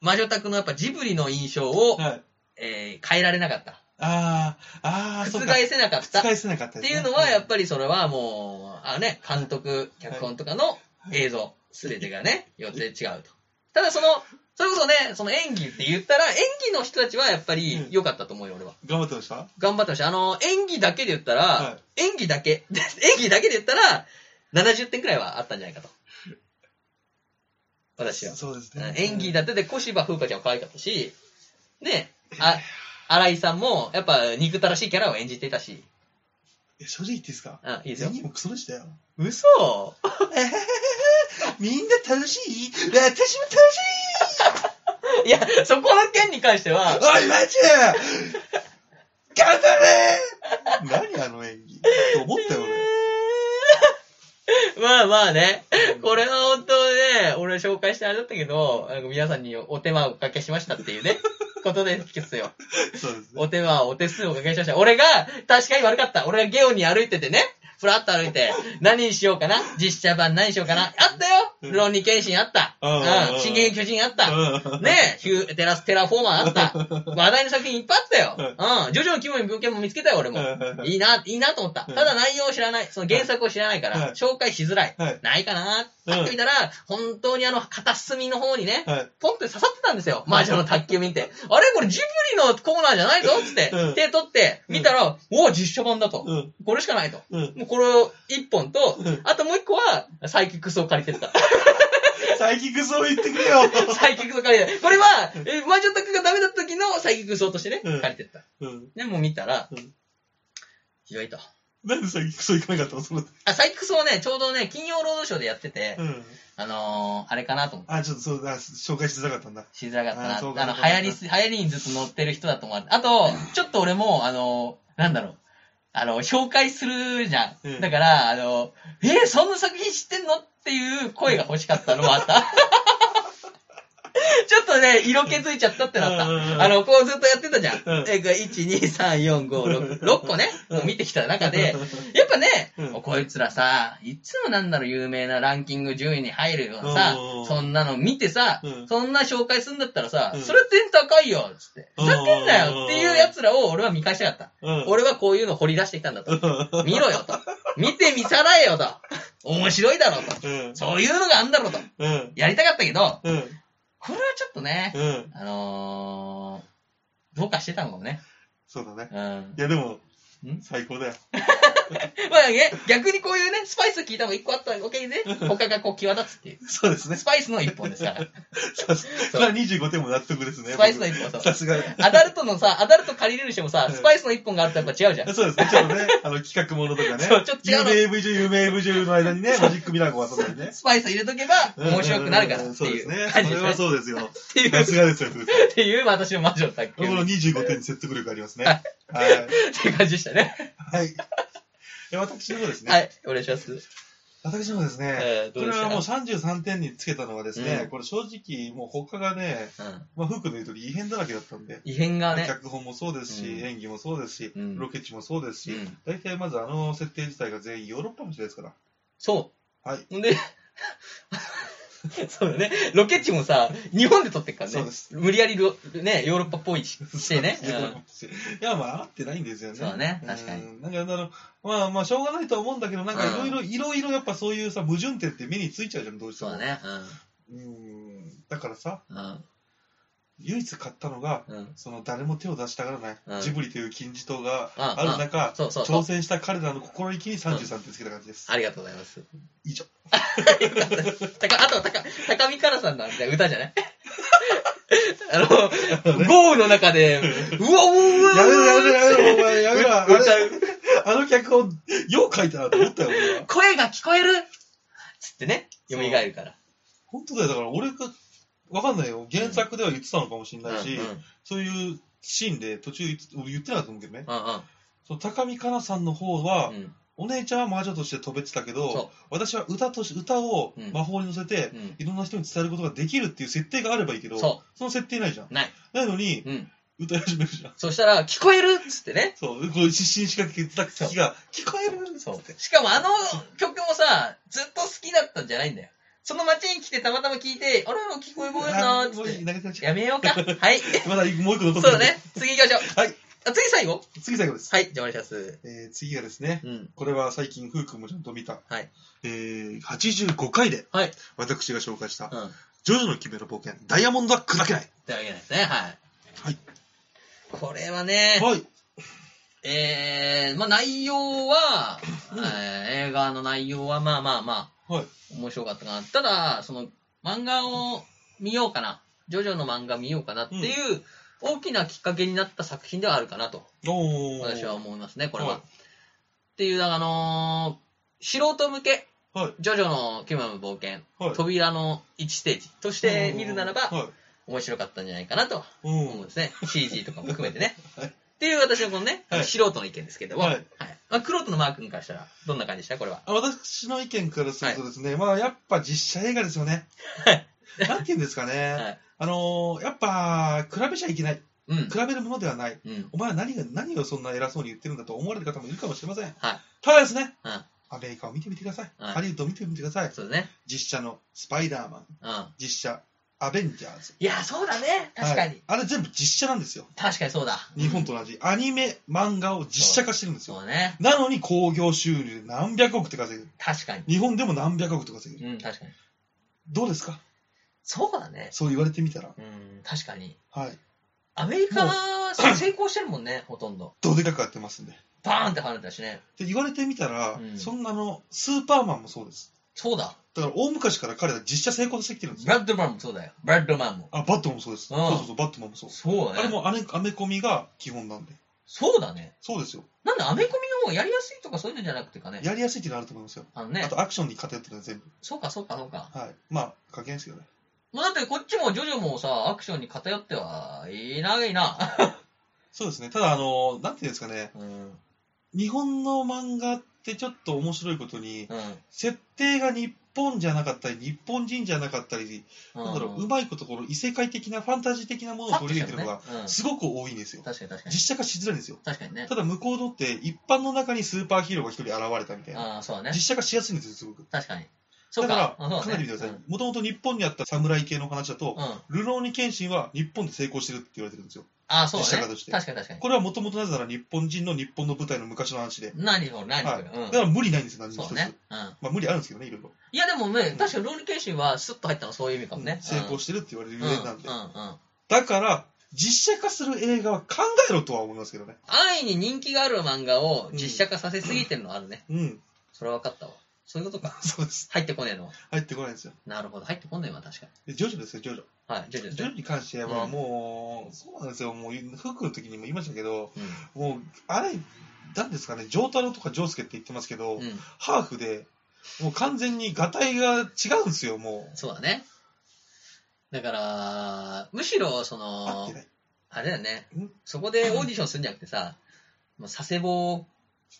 [SPEAKER 2] 魔女宅のやっぱジブリの印象を、
[SPEAKER 3] はい。
[SPEAKER 2] えー変えられなかった。
[SPEAKER 3] ああ、ああ、そうか。
[SPEAKER 2] 覆せなかった。
[SPEAKER 3] 使いせなかった
[SPEAKER 2] って
[SPEAKER 3] です
[SPEAKER 2] い
[SPEAKER 3] ね
[SPEAKER 2] うのは、やっぱりそれはもう、あのね、監督、脚本とかの映像、すべてがね、予定違うと。ただその、それこそね、その演技って言ったら、演技の人たちはやっぱり良かったと思うよ、俺は。
[SPEAKER 3] 頑張ってました
[SPEAKER 2] 頑張ってました。あの、演技だけで言ったら、
[SPEAKER 3] は
[SPEAKER 2] 演技だけ、 で演技だけで言ったら、70点くらいはあったんじゃないかと。私は。
[SPEAKER 3] そうです
[SPEAKER 2] うん
[SPEAKER 3] ね。
[SPEAKER 2] 演技だってで、小芝風花ちゃんは可愛かったし、ね、あ、新井さんも、やっぱ憎たらしいキャラを演じていたし、
[SPEAKER 3] いや正直言っていいですか
[SPEAKER 2] うん、いいですよ
[SPEAKER 3] 演。技もクソでしたよ。
[SPEAKER 2] 嘘
[SPEAKER 3] みんな楽しい私も楽しい
[SPEAKER 2] いや、そこの件に関して は、
[SPEAKER 3] おい、マジ頑張れ何あの演技と思ったよ、
[SPEAKER 2] まあまあね、
[SPEAKER 3] 俺。
[SPEAKER 2] これは本当ね、俺紹介してあれだったけど、なんか皆さんにお手間をおかけしましたっていう ね、ことですよ。
[SPEAKER 3] そうですね。
[SPEAKER 2] お手間、お手数をおかけしました。俺が、確かに悪かった。俺がゲオに歩いててね、ふらっと歩いて、何にしようかな実写版何にしようかなあった
[SPEAKER 3] うん
[SPEAKER 2] よ論理検診あった。
[SPEAKER 3] うん
[SPEAKER 2] うん。進撃の巨人あった。
[SPEAKER 3] うん
[SPEAKER 2] ねえ、ヒューテラス、テラフォーマーあった。話題の作品いっぱいあったよ。うん。ジョジョの肝に文献も見つけたよ、俺も。いいな、いいなと思った。
[SPEAKER 3] う
[SPEAKER 2] た
[SPEAKER 3] ん
[SPEAKER 2] だ内容を知らない。その原作を知らないか
[SPEAKER 3] はい
[SPEAKER 2] ら、紹介しづらい
[SPEAKER 3] はい。
[SPEAKER 2] ないかな
[SPEAKER 3] うん
[SPEAKER 2] パって見たら、本当にあの、片隅の方にね、
[SPEAKER 3] はい。
[SPEAKER 2] ポンって刺さってたんですよ。魔女の卓球見て。あれこれジブリのコーナーじゃないぞつって
[SPEAKER 3] う、ん
[SPEAKER 2] 手取って、見たら、おお、実写版だと。
[SPEAKER 3] うん。
[SPEAKER 2] これしかないと。
[SPEAKER 3] うん。
[SPEAKER 2] もうこれを一本と
[SPEAKER 3] うん、
[SPEAKER 2] あともう一個は、サイキックスを借りてった。
[SPEAKER 3] サイキックそう言ってくれよ。
[SPEAKER 2] サイキックスを借りてた。これは、え魔女宅がダメだった時のサイキックスをとしてね、
[SPEAKER 3] うん
[SPEAKER 2] 借りてった。
[SPEAKER 3] うん。
[SPEAKER 2] で、もう見たら
[SPEAKER 3] うん、
[SPEAKER 2] ひどいと。
[SPEAKER 3] なんでサイキックそういかなかったのその。
[SPEAKER 2] あ、サイキックスはね、ちょうどね、金曜ロードショーでやってて、
[SPEAKER 3] うん。
[SPEAKER 2] あのー、あれかなと思って。
[SPEAKER 3] あ、ちょっとそうだ、紹介しづらかったんだ。
[SPEAKER 2] しづらかったな。
[SPEAKER 3] あ
[SPEAKER 2] あ
[SPEAKER 3] そう
[SPEAKER 2] の、
[SPEAKER 3] かそう
[SPEAKER 2] 流
[SPEAKER 3] か
[SPEAKER 2] 行りす、流行りにずっと乗ってる人だと思う。あと、ちょっと俺も、あのー、なんだろう。あの、紹介するじゃん。
[SPEAKER 3] うん
[SPEAKER 2] だから、あの、えー、そんな作品知ってんのっていう声が欲しかったのもあった。 ちょっとね、色気づいちゃったってなった。あ
[SPEAKER 3] の、
[SPEAKER 2] の、こうずっとやってたじゃん。
[SPEAKER 3] うん
[SPEAKER 2] えー、1、2、3、4、5、6、6個ね、
[SPEAKER 3] うん
[SPEAKER 2] 見てきた中で、やっぱね、
[SPEAKER 3] うん
[SPEAKER 2] こいつらさ、いつもなんだろう、有名なランキング10位に入るようなさ
[SPEAKER 3] う、ん
[SPEAKER 2] そんなの見てさ、
[SPEAKER 3] うん
[SPEAKER 2] そんな紹介するんだったらさ、
[SPEAKER 3] うん
[SPEAKER 2] それ点高いよ、つって。ふ
[SPEAKER 3] うん
[SPEAKER 2] ざけんなよっていう奴らを俺は見返したかった。
[SPEAKER 3] うん、
[SPEAKER 2] 俺はこういうの掘り出してきたんだと。
[SPEAKER 3] うん、
[SPEAKER 2] 見ろよと。見て見さらえよと。面白いだろうと。
[SPEAKER 3] うん、
[SPEAKER 2] そういうのがあんだろうと。
[SPEAKER 3] うん、
[SPEAKER 2] やりたかったけど、
[SPEAKER 3] うん、
[SPEAKER 2] これはちょっとね、
[SPEAKER 3] うん、
[SPEAKER 2] あのー、どうかしてたのかもね。
[SPEAKER 3] そうだね。
[SPEAKER 2] うん。
[SPEAKER 3] いや、でも
[SPEAKER 2] ん、
[SPEAKER 3] 最高だよ。
[SPEAKER 2] まあね、逆にこういうね、スパイス効いたのが一個あったわ けで、他がこう際立つっていう。
[SPEAKER 3] そうですね。
[SPEAKER 2] スパイスの一本です から。
[SPEAKER 3] さす
[SPEAKER 2] そう
[SPEAKER 3] まあ25点も納得ですね。
[SPEAKER 2] スパイスの一本そう
[SPEAKER 3] 僕さすが。
[SPEAKER 2] アダルトのさ、アダルト借りれるにしてもさ、
[SPEAKER 3] うん
[SPEAKER 2] スパイスの一本があるとやっぱ違うじゃん。
[SPEAKER 3] そうですね、ちょっ とね、あの、企画ものとかね
[SPEAKER 2] そうちょっ、と違う
[SPEAKER 3] 有
[SPEAKER 2] の
[SPEAKER 3] 名 AV 女優、有名 AV 女優の間にね、マジックミラーゴはそうだよね。
[SPEAKER 2] スパイス入れとけば面白くなるからって
[SPEAKER 3] そうで
[SPEAKER 2] い
[SPEAKER 3] す
[SPEAKER 2] う
[SPEAKER 3] ね。そ
[SPEAKER 2] 感じで
[SPEAKER 3] れ
[SPEAKER 2] す
[SPEAKER 3] は
[SPEAKER 2] ね。
[SPEAKER 3] そう ですよ。
[SPEAKER 2] っていう、
[SPEAKER 3] さ
[SPEAKER 2] っ
[SPEAKER 3] すがですよ、古田さん
[SPEAKER 2] ていう私の魔女の卓球。
[SPEAKER 3] この
[SPEAKER 2] っ
[SPEAKER 3] 25点に説得力ありますね。
[SPEAKER 2] は
[SPEAKER 3] はいい。
[SPEAKER 2] ていう感じでしたね。
[SPEAKER 3] はい。え私の方ですね。
[SPEAKER 2] はい、お願いします。
[SPEAKER 3] 私の方ですね。
[SPEAKER 2] えーどう
[SPEAKER 3] こ
[SPEAKER 2] で
[SPEAKER 3] れ
[SPEAKER 2] した
[SPEAKER 3] はもう33点につけたのはですね、
[SPEAKER 2] うん
[SPEAKER 3] これ正直、もう他がね、
[SPEAKER 2] うん
[SPEAKER 3] まあ、フックの言う通り異変だらけだったんで、
[SPEAKER 2] 異変がね。
[SPEAKER 3] 脚本もそうですし、
[SPEAKER 2] うん
[SPEAKER 3] 演技もそうですし、
[SPEAKER 2] うん
[SPEAKER 3] ロケ地もそうですし、
[SPEAKER 2] うん
[SPEAKER 3] 大体まずあの設定自体が全員ヨーロッパの人ですから。
[SPEAKER 2] そう。
[SPEAKER 3] は
[SPEAKER 2] で、 そうだね。ロケ地もさ、日本で撮ってっからね。
[SPEAKER 3] そうです
[SPEAKER 2] 無理やりロ、ね、ヨーロッパっぽいしして ね。
[SPEAKER 3] ヨーロッパの人いや、まあ、合ってないんですよね。
[SPEAKER 2] そうね確かに
[SPEAKER 3] うん。なんか、あの、まあまあ、しょうがないとは思うんだけど、なんかいろいろ、いろいろやっぱそういうさ、矛盾点って目についちゃうじゃん、どうして
[SPEAKER 2] そ
[SPEAKER 3] も。
[SPEAKER 2] うだね。
[SPEAKER 3] うん。だからさ、
[SPEAKER 2] うん。うん
[SPEAKER 3] 唯一買ったのが、
[SPEAKER 2] うん。
[SPEAKER 3] その誰も手を出したがらない、
[SPEAKER 2] うん
[SPEAKER 3] ジブリという金字塔が
[SPEAKER 2] うん
[SPEAKER 3] ある中、
[SPEAKER 2] そうそうそう
[SPEAKER 3] 挑。戦した彼らの心意気に33点つけた感じです。
[SPEAKER 2] ありがとうございます。
[SPEAKER 3] 以上。
[SPEAKER 2] よかったです 高あとは高、高見からさんなんで歌じゃない あの、豪雨の中で、うわうわうわ
[SPEAKER 3] やめろやめろや
[SPEAKER 2] う
[SPEAKER 3] めろ、お前やめろ。あ
[SPEAKER 2] わ歌
[SPEAKER 3] れ
[SPEAKER 2] う。
[SPEAKER 3] あの脚本、よう書いたなと思ったよ、俺は。
[SPEAKER 2] 声が聞こえるつってね、蘇
[SPEAKER 3] そう
[SPEAKER 2] るから。
[SPEAKER 3] 本当だよ、だから俺が、わかんないよ。原作では言ってたのかもしれないし、
[SPEAKER 2] うんうん
[SPEAKER 3] そういうシーンで途中言って言ってなかったと思うけどね。
[SPEAKER 2] うんうん
[SPEAKER 3] そう高見かなさんの方は、
[SPEAKER 2] うん。
[SPEAKER 3] お姉ちゃんは魔女として飛べてたけ
[SPEAKER 2] そ
[SPEAKER 3] ど、私は歌とし歌を
[SPEAKER 2] うん
[SPEAKER 3] 魔法に乗せて、
[SPEAKER 2] うん。
[SPEAKER 3] いろんな人に伝えることができるっていう設定があればいいけど、
[SPEAKER 2] そ
[SPEAKER 3] の設定ないじゃん。
[SPEAKER 2] ない。
[SPEAKER 3] ないのに、
[SPEAKER 2] う。うん。
[SPEAKER 3] 歌い始めるじゃん。
[SPEAKER 2] そしたら、聞こえるっつってね。
[SPEAKER 3] そう、こう失神しかけてた時が、聞こえる
[SPEAKER 2] そう。しかもあの曲もさ、ずっと好きだったんじゃないんだよ。その街に来てたまたま聞いて、あらら、聞こえぼえるな
[SPEAKER 3] あ
[SPEAKER 2] ーっ
[SPEAKER 3] ーも
[SPEAKER 2] つ
[SPEAKER 3] う
[SPEAKER 2] って。
[SPEAKER 3] なくなっちゃ
[SPEAKER 2] やめようか。はい。
[SPEAKER 3] うまだもう一個残っ
[SPEAKER 2] そ
[SPEAKER 3] てる
[SPEAKER 2] うだ。ね。次行きましょう。
[SPEAKER 3] はい。
[SPEAKER 2] あ次最後
[SPEAKER 3] 次最後です。
[SPEAKER 2] はい。じゃあお願いします。
[SPEAKER 3] えー次がですね、
[SPEAKER 2] うん。
[SPEAKER 3] これは最近、ふうくんもちゃんと見た、
[SPEAKER 2] はい
[SPEAKER 3] えー、85回で、
[SPEAKER 2] はい
[SPEAKER 3] 私が紹介した、
[SPEAKER 2] うん。
[SPEAKER 3] ジョジョの決めの冒険、ダイヤモンドは砕けない。
[SPEAKER 2] ってわけですね。はい。
[SPEAKER 3] はい。
[SPEAKER 2] これはね、
[SPEAKER 3] はい。
[SPEAKER 2] えー、まあ内容は、
[SPEAKER 3] うん
[SPEAKER 2] えー映画の内容はまあまあまあ、
[SPEAKER 3] はい
[SPEAKER 2] 面白かったかな。ただ、その漫画を見ようかな。ジョジョの漫画見ようかなっていう、大きなきっかけになった作品ではあるかなと、
[SPEAKER 3] おー。
[SPEAKER 2] 私は思いますね、これは。
[SPEAKER 3] はい
[SPEAKER 2] っていう、あのー素人向け、
[SPEAKER 3] はい
[SPEAKER 2] ジョジョの奇妙な冒険、
[SPEAKER 3] はい
[SPEAKER 2] 扉の1ステージとして見るならば、
[SPEAKER 3] はい。
[SPEAKER 2] 面白かったんじゃないかなと
[SPEAKER 3] う
[SPEAKER 2] 思うん
[SPEAKER 3] ん。
[SPEAKER 2] ですね。CG とかも含めてね。
[SPEAKER 3] はい
[SPEAKER 2] っていう私のこのね、
[SPEAKER 3] はい
[SPEAKER 2] 素人の意見ですけども、
[SPEAKER 3] はい
[SPEAKER 2] まあ、クロートのマー君からしたら、どんな感じでしたこれは。
[SPEAKER 3] あ私の意見からするとですね、まあやっぱ実写映画ですよね。なんて言うんですかね。
[SPEAKER 2] はい
[SPEAKER 3] あのーやっぱ、比べちゃいけない。
[SPEAKER 2] うん。
[SPEAKER 3] 比べるものではない。
[SPEAKER 2] うん。
[SPEAKER 3] お前は何が、何をそんな偉そうに言ってるんだと思われる方もいるかもしれません。
[SPEAKER 2] はい
[SPEAKER 3] ただですね、
[SPEAKER 2] うん
[SPEAKER 3] アメリカを見てみてください。
[SPEAKER 2] はい
[SPEAKER 3] ハリウッドを見てみてください。
[SPEAKER 2] そうですね。
[SPEAKER 3] 実写のスパイダーマン、
[SPEAKER 2] うん。い
[SPEAKER 3] 実写アベンジャーズ。
[SPEAKER 2] や、そうだね。確か
[SPEAKER 3] は
[SPEAKER 2] に。
[SPEAKER 3] いあれ全部実写なんですよ。
[SPEAKER 2] 確かにそうだ。
[SPEAKER 3] 日本と同じ。アニメ、漫画を実写化してるんですよ。
[SPEAKER 2] そうね。
[SPEAKER 3] なのに興行収入で何百億って稼ぐ。
[SPEAKER 2] 確かに。
[SPEAKER 3] 日本でも何百億と稼ぐ。
[SPEAKER 2] うん、確かに。
[SPEAKER 3] どうですか
[SPEAKER 2] そうだね。
[SPEAKER 3] そう言われてみたら。
[SPEAKER 2] うん、確かに。
[SPEAKER 3] はい。
[SPEAKER 2] アメリカは成功してるもんね、 ほとんど。
[SPEAKER 3] どでかくやってますんで。
[SPEAKER 2] バーンって跳ねたしね。
[SPEAKER 3] で言われてみたら、
[SPEAKER 2] うん
[SPEAKER 3] そんなの、スーパーマンもそうです。
[SPEAKER 2] そうだ。
[SPEAKER 3] だから大昔から彼ら実写成功してきてるんですよ。
[SPEAKER 2] バッドマンもそうだよ。バッドマンも。
[SPEAKER 3] あ、バットマンもそうです。
[SPEAKER 2] うん
[SPEAKER 3] そうそうそう、バットマンもそう。
[SPEAKER 2] そう
[SPEAKER 3] あれ。もアメアメコミが基本なんで。
[SPEAKER 2] そうだね。
[SPEAKER 3] そうですよ。
[SPEAKER 2] なんでアメコミの方やりやすいとかそういうのじゃなくてかね。
[SPEAKER 3] やりやすいっていうのあると思いますよ。
[SPEAKER 2] あのね
[SPEAKER 3] あ、とアクションに偏ってるのは全部。
[SPEAKER 2] そうかそうかそうか。
[SPEAKER 3] はい。まあ、関係ないですけどね。
[SPEAKER 2] もうだってこっちもジョジョもさ、アクションに偏ってはいないな。
[SPEAKER 3] そうですね。ただ、あのなんていうんですかね、
[SPEAKER 2] うん。
[SPEAKER 3] 日本の漫画ってちょっと面白いことに、
[SPEAKER 2] うん。
[SPEAKER 3] 設定が日本じゃなかったり、日本人じゃなかったり、なんだろう、う
[SPEAKER 2] うん
[SPEAKER 3] まいことこの異世界的なファンタジー的なものを取り入れてるのが、
[SPEAKER 2] うん
[SPEAKER 3] すごく多いんですよ。
[SPEAKER 2] 確かに確かに。
[SPEAKER 3] 実写化しづらいんですよ。
[SPEAKER 2] 確かにね
[SPEAKER 3] た。だ、向こうのって、一般の中にスーパーヒーローが一人現れたみたいな。
[SPEAKER 2] ああ、そうだね
[SPEAKER 3] 実。写化しやすいんですよ、すごく。
[SPEAKER 2] 確かに。そ
[SPEAKER 3] だ
[SPEAKER 2] う
[SPEAKER 3] か
[SPEAKER 2] か。
[SPEAKER 3] ら、
[SPEAKER 2] あそう
[SPEAKER 3] 考え
[SPEAKER 2] だね
[SPEAKER 3] てみてください。もともと日本にあった侍系の話だと
[SPEAKER 2] う、ん。うん
[SPEAKER 3] ルローニケンシンは日本で成功してるって言われてるんですよ。
[SPEAKER 2] ああ、そう
[SPEAKER 3] 実
[SPEAKER 2] だ
[SPEAKER 3] 写
[SPEAKER 2] ね
[SPEAKER 3] 化とし。て
[SPEAKER 2] 確かに確かに。
[SPEAKER 3] これはもともとなぜなら日本人の日本の舞台の昔の話で。
[SPEAKER 2] 何これ何こ
[SPEAKER 3] は
[SPEAKER 2] れ
[SPEAKER 3] い。
[SPEAKER 2] う
[SPEAKER 3] だ
[SPEAKER 2] ん
[SPEAKER 3] から無理ないんですよ、何も一
[SPEAKER 2] そう
[SPEAKER 3] つ。
[SPEAKER 2] ね。うん。
[SPEAKER 3] まあ無理あるんですけどね、いろいろ。
[SPEAKER 2] いやでも
[SPEAKER 3] う
[SPEAKER 2] ね
[SPEAKER 3] ん、
[SPEAKER 2] 確かにロールケンシンはスッと入ったのはそういう意味かもね。
[SPEAKER 3] 成功
[SPEAKER 2] し
[SPEAKER 3] してるって言われる
[SPEAKER 2] て
[SPEAKER 3] ゆえなんで
[SPEAKER 2] うん。うんうん。
[SPEAKER 3] だから、実写化する映画は考えろとは思いますけどね。
[SPEAKER 2] 安易に人気がある漫画を実写化させすぎてるのはあるね。
[SPEAKER 3] うん。
[SPEAKER 2] それは分かったわ。そういうことか。
[SPEAKER 3] そうです。
[SPEAKER 2] 入ってこねえのは。
[SPEAKER 3] 入ってこないんですよ。
[SPEAKER 2] なるほど。入ってこねえわ、確かに。
[SPEAKER 3] でジョジョですよ、ジョジョ。
[SPEAKER 2] はい、ジョジョです
[SPEAKER 3] ジョ
[SPEAKER 2] ね
[SPEAKER 3] ジョに関して
[SPEAKER 2] う
[SPEAKER 3] は
[SPEAKER 2] ん
[SPEAKER 3] もう、そうなんですよ。もう、フックの時にも言いましたけど、
[SPEAKER 2] うん
[SPEAKER 3] もう、あれ、なんですかね、ジョータロとかジョースケって言ってますけど、
[SPEAKER 2] うん、
[SPEAKER 3] ハーフで、もう完全にガタイが違うんですよ、もう。
[SPEAKER 2] そうだね。だから、むしろ、そ
[SPEAKER 3] 合
[SPEAKER 2] の
[SPEAKER 3] って、ない。
[SPEAKER 2] あれだよね
[SPEAKER 3] うん、
[SPEAKER 2] そこでオーディションするんじゃなくてさ、もう佐世保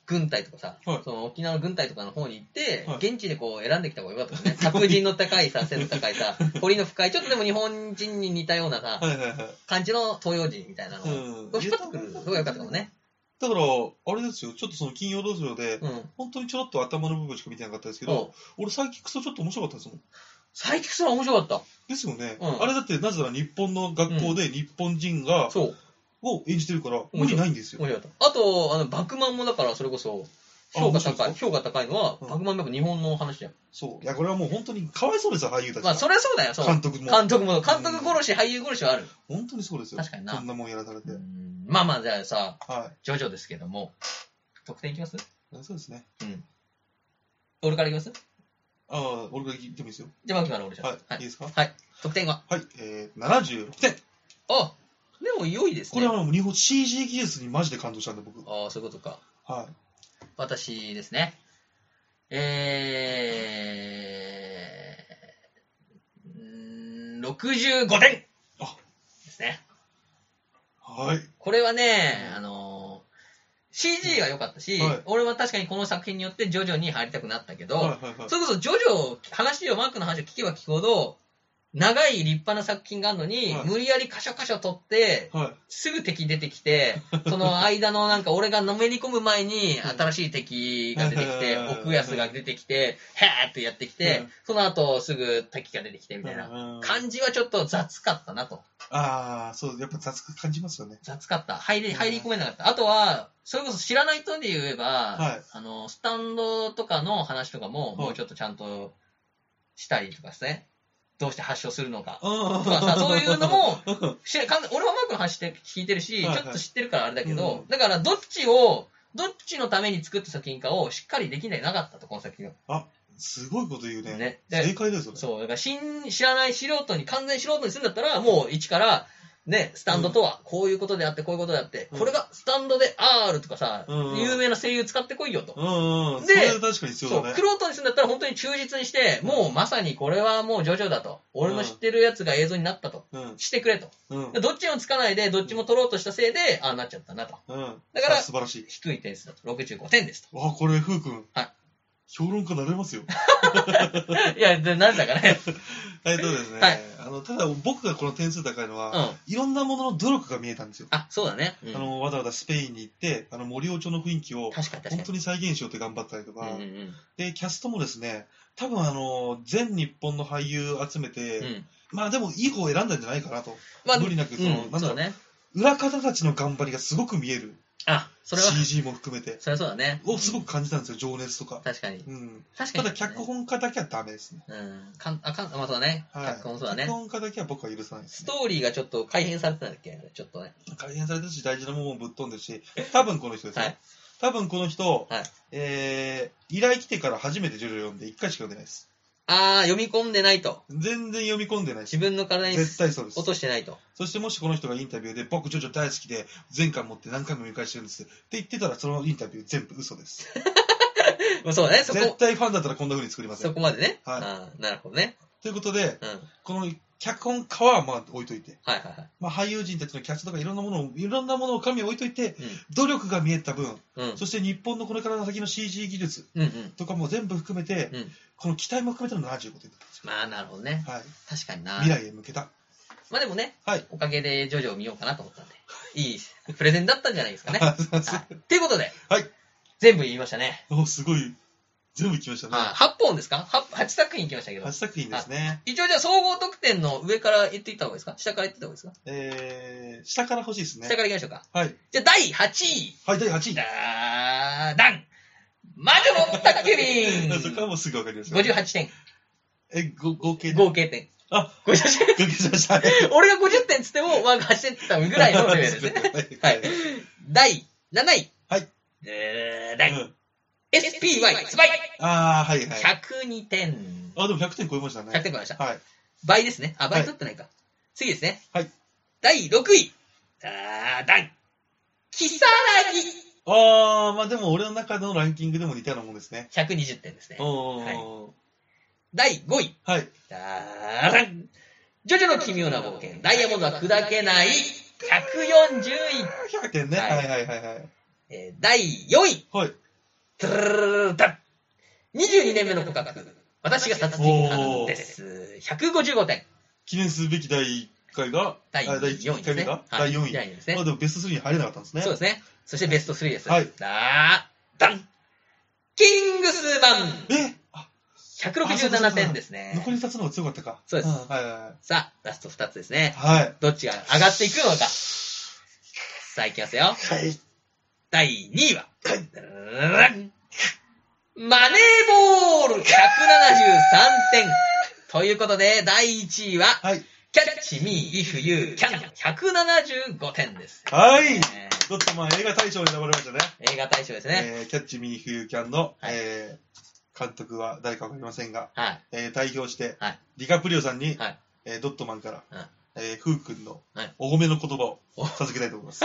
[SPEAKER 2] 軍隊とかさ、
[SPEAKER 3] はい
[SPEAKER 2] その沖縄の軍隊とかの方に行って、
[SPEAKER 3] はい
[SPEAKER 2] 現地でこう選んできた方がよかったよね。 白人の高いさ、背の高い さ、堀の深い、ちょっとでも日本人に似たようなさ、
[SPEAKER 3] はいはいはい。
[SPEAKER 2] 感じの東洋人みたいなのを、
[SPEAKER 3] うん
[SPEAKER 2] 引っ張ってくるのがよかったかもね。
[SPEAKER 3] だから、あれですよ、ちょっとその金曜ロードショーで、
[SPEAKER 2] うん。
[SPEAKER 3] 本当にちょろっと頭の部分しか見てなかったですけ
[SPEAKER 2] そ
[SPEAKER 3] ど、
[SPEAKER 2] う。
[SPEAKER 3] 俺、サイキックスちょっと面白かったですもん。
[SPEAKER 2] サイキックスは面白かっ
[SPEAKER 3] ですよね。
[SPEAKER 2] うん
[SPEAKER 3] あれだって、なぜなら日本の学校で日本人が
[SPEAKER 2] た。、そう。
[SPEAKER 3] を演じてるから、
[SPEAKER 2] 白い
[SPEAKER 3] 無理ないんですよ。
[SPEAKER 2] 面白かった。あと、あの、バクマンもだから、それこそ、評価
[SPEAKER 3] あ面白い
[SPEAKER 2] 高い、
[SPEAKER 3] で
[SPEAKER 2] 評価高いのは、
[SPEAKER 3] うん
[SPEAKER 2] バクマンもやっぱ日本の話だよ。
[SPEAKER 3] そう。いや、これはもう本当にかわいそうですよ、俳優たち
[SPEAKER 2] まあ、
[SPEAKER 3] が。
[SPEAKER 2] それはそうだよ、そう。
[SPEAKER 3] 監督も。
[SPEAKER 2] 監督も、監督殺し、俳優殺しはある。
[SPEAKER 3] 本当にそうですよ。
[SPEAKER 2] 確かにな
[SPEAKER 3] こんなもんやらされて。
[SPEAKER 2] うんまあまあ、じゃあさ、
[SPEAKER 3] は
[SPEAKER 2] ジョジョですけども、得点いきます
[SPEAKER 3] い。そうですね。
[SPEAKER 2] うん。俺からいきます
[SPEAKER 3] ああ、俺が言ってもいいですよ。
[SPEAKER 2] じゃあ、マキから俺じゃん。
[SPEAKER 3] はい。、
[SPEAKER 2] はい
[SPEAKER 3] い
[SPEAKER 2] い。
[SPEAKER 3] ですか
[SPEAKER 2] はい。得点は
[SPEAKER 3] はい。えー、76点。
[SPEAKER 2] あ、でも良いです
[SPEAKER 3] こ
[SPEAKER 2] ね。
[SPEAKER 3] れはもう日本 CG 技術にマジで感動したんで、僕。
[SPEAKER 2] ああ、そういうことか。
[SPEAKER 3] は
[SPEAKER 2] 私ですね。えー、うーん65点
[SPEAKER 3] あ
[SPEAKER 2] ですね。
[SPEAKER 3] い。はい。
[SPEAKER 2] これはね、あの CG は良かったし、
[SPEAKER 3] はい
[SPEAKER 2] 俺は確かにこの作品によって徐々に入りたくなったけど、
[SPEAKER 3] はいはいはい。
[SPEAKER 2] それこそ徐々話をマークの話を聞けば聞くほど長い立派な作品があるのに、
[SPEAKER 3] はい
[SPEAKER 2] 無理やりカシャカシャ取って
[SPEAKER 3] はい。
[SPEAKER 2] すぐ敵出てき てその間のなんか俺がのめり込む前に新しい敵が出てきて
[SPEAKER 3] はい
[SPEAKER 2] 奥安が出てきてへーってやってきて、
[SPEAKER 3] はい
[SPEAKER 2] その後すぐ敵が出てきてみたいな
[SPEAKER 3] うん
[SPEAKER 2] 感じはちょっと雑かったなと
[SPEAKER 3] ああ、そう、やっぱ雑く感じますよね。
[SPEAKER 2] 雑かった入り入り込めなかったあとはそれこそ知らない人で言えば、
[SPEAKER 3] はい
[SPEAKER 2] あのスタンドとかの話とかも
[SPEAKER 3] い
[SPEAKER 2] もうちょっとちゃんとしたりとかですねどうして発症するのか
[SPEAKER 3] うん
[SPEAKER 2] とかさそういうのも
[SPEAKER 3] うん
[SPEAKER 2] し俺はマークの話って聞いてるし、
[SPEAKER 3] はいはい
[SPEAKER 2] ちょっと知ってるからあれだけど、
[SPEAKER 3] う
[SPEAKER 2] だからどっちをどっちのために作った作品かをしっかりできないなかったとこの作品は
[SPEAKER 3] すごいこと言うね。
[SPEAKER 2] ねで
[SPEAKER 3] 正解ですよね。
[SPEAKER 2] そうだから新知らない素人に完全に素人にするんだったらもう一からねスタンドとはこういうことであってこういうことであって、
[SPEAKER 3] うん
[SPEAKER 2] これがスタンドで R とかさ、
[SPEAKER 3] うん
[SPEAKER 2] 有名な声優使ってこいよと、
[SPEAKER 3] うんうん。
[SPEAKER 2] で
[SPEAKER 3] それは確かに必
[SPEAKER 2] そ
[SPEAKER 3] 要
[SPEAKER 2] う、
[SPEAKER 3] だ
[SPEAKER 2] ク
[SPEAKER 3] ね。
[SPEAKER 2] ロートにするんだったら本当に忠実にして、もうまさにこれはもうジョジョだと。俺の知ってるやつが映像になったと。
[SPEAKER 3] うん。
[SPEAKER 2] してくれと。
[SPEAKER 3] うん。
[SPEAKER 2] どっちもつかないで、どっちも取ろうとしたせいで、ああなっちゃったなと。
[SPEAKER 3] うん。
[SPEAKER 2] だから
[SPEAKER 3] あ素晴らしい。
[SPEAKER 2] 低い点数だと。65点です
[SPEAKER 3] わあ、これ、ふうくん。
[SPEAKER 2] はい
[SPEAKER 3] 評論家にな れますよ。
[SPEAKER 2] と。いや、で、なんだかね。
[SPEAKER 3] えっとですね、
[SPEAKER 2] はい
[SPEAKER 3] あの、ただ僕がこの点数高いの
[SPEAKER 2] う
[SPEAKER 3] は、
[SPEAKER 2] ん。
[SPEAKER 3] いろんなものの努力が見えたんですよ。
[SPEAKER 2] あ、そうだね。うん
[SPEAKER 3] あの、わざわざスペインに行って、あの、森尾町の雰囲気を、
[SPEAKER 2] 確かに確
[SPEAKER 3] 本
[SPEAKER 2] か
[SPEAKER 3] 当に再現しようって頑張ったりとか、
[SPEAKER 2] に。うんうん
[SPEAKER 3] で、キャストもですね、多分あの、全日本の俳優集めて、
[SPEAKER 2] うん。うん
[SPEAKER 3] まあでもいい方を選んだんじゃないかなと。
[SPEAKER 2] まあ、
[SPEAKER 3] 無理なく、その、
[SPEAKER 2] う、
[SPEAKER 3] なんんだ
[SPEAKER 2] そ
[SPEAKER 3] ろ
[SPEAKER 2] う
[SPEAKER 3] う、
[SPEAKER 2] だね。
[SPEAKER 3] 裏方たちの頑張りがすごく見える。
[SPEAKER 2] あ、それは、
[SPEAKER 3] CG も含めて。
[SPEAKER 2] それはそうだね。
[SPEAKER 3] をすご
[SPEAKER 2] く。
[SPEAKER 3] く感じたんですよ、情熱とか。
[SPEAKER 2] 確かに。
[SPEAKER 3] うん。
[SPEAKER 2] 確か
[SPEAKER 3] た
[SPEAKER 2] に。
[SPEAKER 3] だ、脚。本家だけはダ メですね。
[SPEAKER 2] うん。かん、あかん、まあそうだね。
[SPEAKER 3] はい
[SPEAKER 2] 脚本そうだね
[SPEAKER 3] 脚。本家だけは僕は許さないです
[SPEAKER 2] ス
[SPEAKER 3] ね
[SPEAKER 2] ト。ーリーがちょっと改変されてたんだっけちょっとね。
[SPEAKER 3] 改変されてるし、大事なものもぶっ飛んでるし、多分この人ですね。
[SPEAKER 2] はい
[SPEAKER 3] 多分この人、
[SPEAKER 2] はい
[SPEAKER 3] えー、依頼来てから初めてジョジョ読んで1回しか読んでないです。
[SPEAKER 2] あー、読み込んでないと。
[SPEAKER 3] 全然読み込んでないし、
[SPEAKER 2] 自分の体に
[SPEAKER 3] 絶対そうです
[SPEAKER 2] 落。としてないと。
[SPEAKER 3] そしてもしこの人がインタビューで、僕ジョジョ大好きで、前回持って何回も見返してるんですって言ってたら、そのインタビュー全部嘘です。
[SPEAKER 2] まあそうだね、そ
[SPEAKER 3] 絶
[SPEAKER 2] こ、
[SPEAKER 3] 対ファンだったらこんな風に作りませ
[SPEAKER 2] そ
[SPEAKER 3] ん。
[SPEAKER 2] こまでね。
[SPEAKER 3] はい
[SPEAKER 2] あーなるほどね。
[SPEAKER 3] ということで、
[SPEAKER 2] うん。はい
[SPEAKER 3] この脚本家はまあ置いといて、
[SPEAKER 2] はいはい。
[SPEAKER 3] まあ、俳優陣たちのキャストとかいろんなものを、いろんなものを神置いといて、
[SPEAKER 2] うん
[SPEAKER 3] 努力が見えた分、
[SPEAKER 2] うん。
[SPEAKER 3] そして日本のこれからの先の CG 技術、
[SPEAKER 2] うんうん。
[SPEAKER 3] とかも全部含めて、
[SPEAKER 2] うん
[SPEAKER 3] この期待も含めての75点だったんですよ。
[SPEAKER 2] まあなるほどね。
[SPEAKER 3] はい、
[SPEAKER 2] 確かにな。
[SPEAKER 3] 未来へ向けた。
[SPEAKER 2] まあでもね、
[SPEAKER 3] はい
[SPEAKER 2] おかげでジョジョを見ようかなと思ったんで、いいプレゼンだったんじゃないですかね。
[SPEAKER 3] あすいません
[SPEAKER 2] はい。ということで、
[SPEAKER 3] はい
[SPEAKER 2] 全部言いましたね。
[SPEAKER 3] おすごい、全部いきましたね。
[SPEAKER 2] あ8本ですか 8, 8作品いきましたけど
[SPEAKER 3] 8。作品ですね。
[SPEAKER 2] 一応じゃあ総合得点の上から言っていった方がいいですか下から言っていった方がいいですか、
[SPEAKER 3] えー、下から欲しいですね
[SPEAKER 2] 下。からいきましょうか。
[SPEAKER 3] はい。
[SPEAKER 2] じゃあ第8位。
[SPEAKER 3] はい、第8位。
[SPEAKER 2] だーだん魔女の宅急
[SPEAKER 3] そ
[SPEAKER 2] 便
[SPEAKER 3] こは もうすぐわかりますよ。
[SPEAKER 2] 58点。
[SPEAKER 3] え、ご合計で。合
[SPEAKER 2] 合計点。
[SPEAKER 3] あ、
[SPEAKER 2] 50点。
[SPEAKER 3] 計しました。はい
[SPEAKER 2] 俺が50点っつっても、ワーク8点って言ったぐらいのレベルですね。はい。第7位。
[SPEAKER 3] はい。
[SPEAKER 2] えー、第
[SPEAKER 3] うん
[SPEAKER 2] SPY、つばい
[SPEAKER 3] あー、はいはい。
[SPEAKER 2] 102点。
[SPEAKER 3] あ、でも100点超えました
[SPEAKER 2] 100点
[SPEAKER 3] ね。
[SPEAKER 2] 超えました。
[SPEAKER 3] はい。
[SPEAKER 2] 倍ですね。あ、倍
[SPEAKER 3] はい
[SPEAKER 2] 取ってないか。次ですね。
[SPEAKER 3] はい。
[SPEAKER 2] 第6位。あー、だん。キサ
[SPEAKER 3] あー、まあでも俺の中のランキングでも似たようなもんですね。
[SPEAKER 2] ラギ120点ですね。
[SPEAKER 3] おー。
[SPEAKER 2] 第5位。
[SPEAKER 3] はい。
[SPEAKER 2] だーだん。ジョジョの奇妙な冒険。ダイヤモンドは砕けない。141
[SPEAKER 3] 100点ね。
[SPEAKER 2] はい
[SPEAKER 3] はいはいはいはい。
[SPEAKER 2] 位。えー第4位。
[SPEAKER 3] はい。
[SPEAKER 2] トゥルルルルルダン22年目のポカ学私が殺人犯です。155点。
[SPEAKER 3] 記念すべき第1回が、
[SPEAKER 2] 第
[SPEAKER 3] あ第
[SPEAKER 2] 4位で
[SPEAKER 3] 1
[SPEAKER 2] す
[SPEAKER 3] 回目
[SPEAKER 2] ね。
[SPEAKER 3] が、
[SPEAKER 2] はい
[SPEAKER 3] 第4位。
[SPEAKER 2] 第4位ですね
[SPEAKER 3] まあ。でもベスト3に入れなかったんですね。
[SPEAKER 2] そうですね。そしてベスト3です。
[SPEAKER 3] はい
[SPEAKER 2] だーダンキングスマン
[SPEAKER 3] えあ
[SPEAKER 2] !167 点ですね
[SPEAKER 3] 残。り2つの方が強かったか。
[SPEAKER 2] そうです
[SPEAKER 3] んはいは
[SPEAKER 2] さあ、ラスト2つですね
[SPEAKER 3] い。はい。
[SPEAKER 2] どっちが上がっていくのか。さあ、いきますよ。
[SPEAKER 3] はい。はい。
[SPEAKER 2] 第2位は、マネーボール173点ということで、第1位は、
[SPEAKER 3] はい。
[SPEAKER 2] キャッチ・ミー・イフ・ユー・キャン175点です。
[SPEAKER 3] はい。
[SPEAKER 2] え
[SPEAKER 3] どっちも映画大賞に選ばれましたね。
[SPEAKER 2] ー映画大賞ですね。
[SPEAKER 3] えーキャッチ・ミー・フュー・キャンの、
[SPEAKER 2] はい
[SPEAKER 3] えー監督は誰かわかりませんが、
[SPEAKER 2] はい。
[SPEAKER 3] えー代表して、
[SPEAKER 2] はい
[SPEAKER 3] ディカプリオさんに、
[SPEAKER 2] はい
[SPEAKER 3] えードットマンから、
[SPEAKER 2] はい
[SPEAKER 3] えーフー君の
[SPEAKER 2] はい
[SPEAKER 3] おごめの言葉
[SPEAKER 2] お
[SPEAKER 3] を授けたいと思います。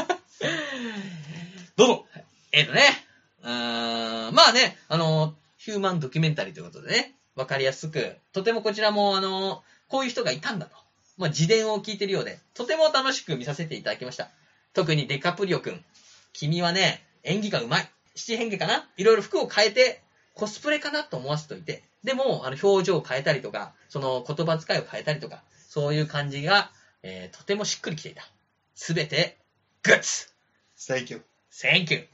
[SPEAKER 3] どうぞ
[SPEAKER 2] えっとね、うーん、まあね、あの、ヒューマンドキュメンタリーということでね、わかりやすく、とてもこちらも、あの、こういう人がいたんだと、まあ、自伝を聞いてるようで、とても楽しく見させていただきました。特にデカプリオくん、君はね、演技がうまい。七変化かないろいろ服を変えて、コスプレかなと思わせといて、でも、あの、表情を変えたりとか、その言葉遣いを変えたりとか、そういう感じが、えーとてもしっくりきていた。すべて、グッズ
[SPEAKER 3] 最強。
[SPEAKER 2] !Thank you!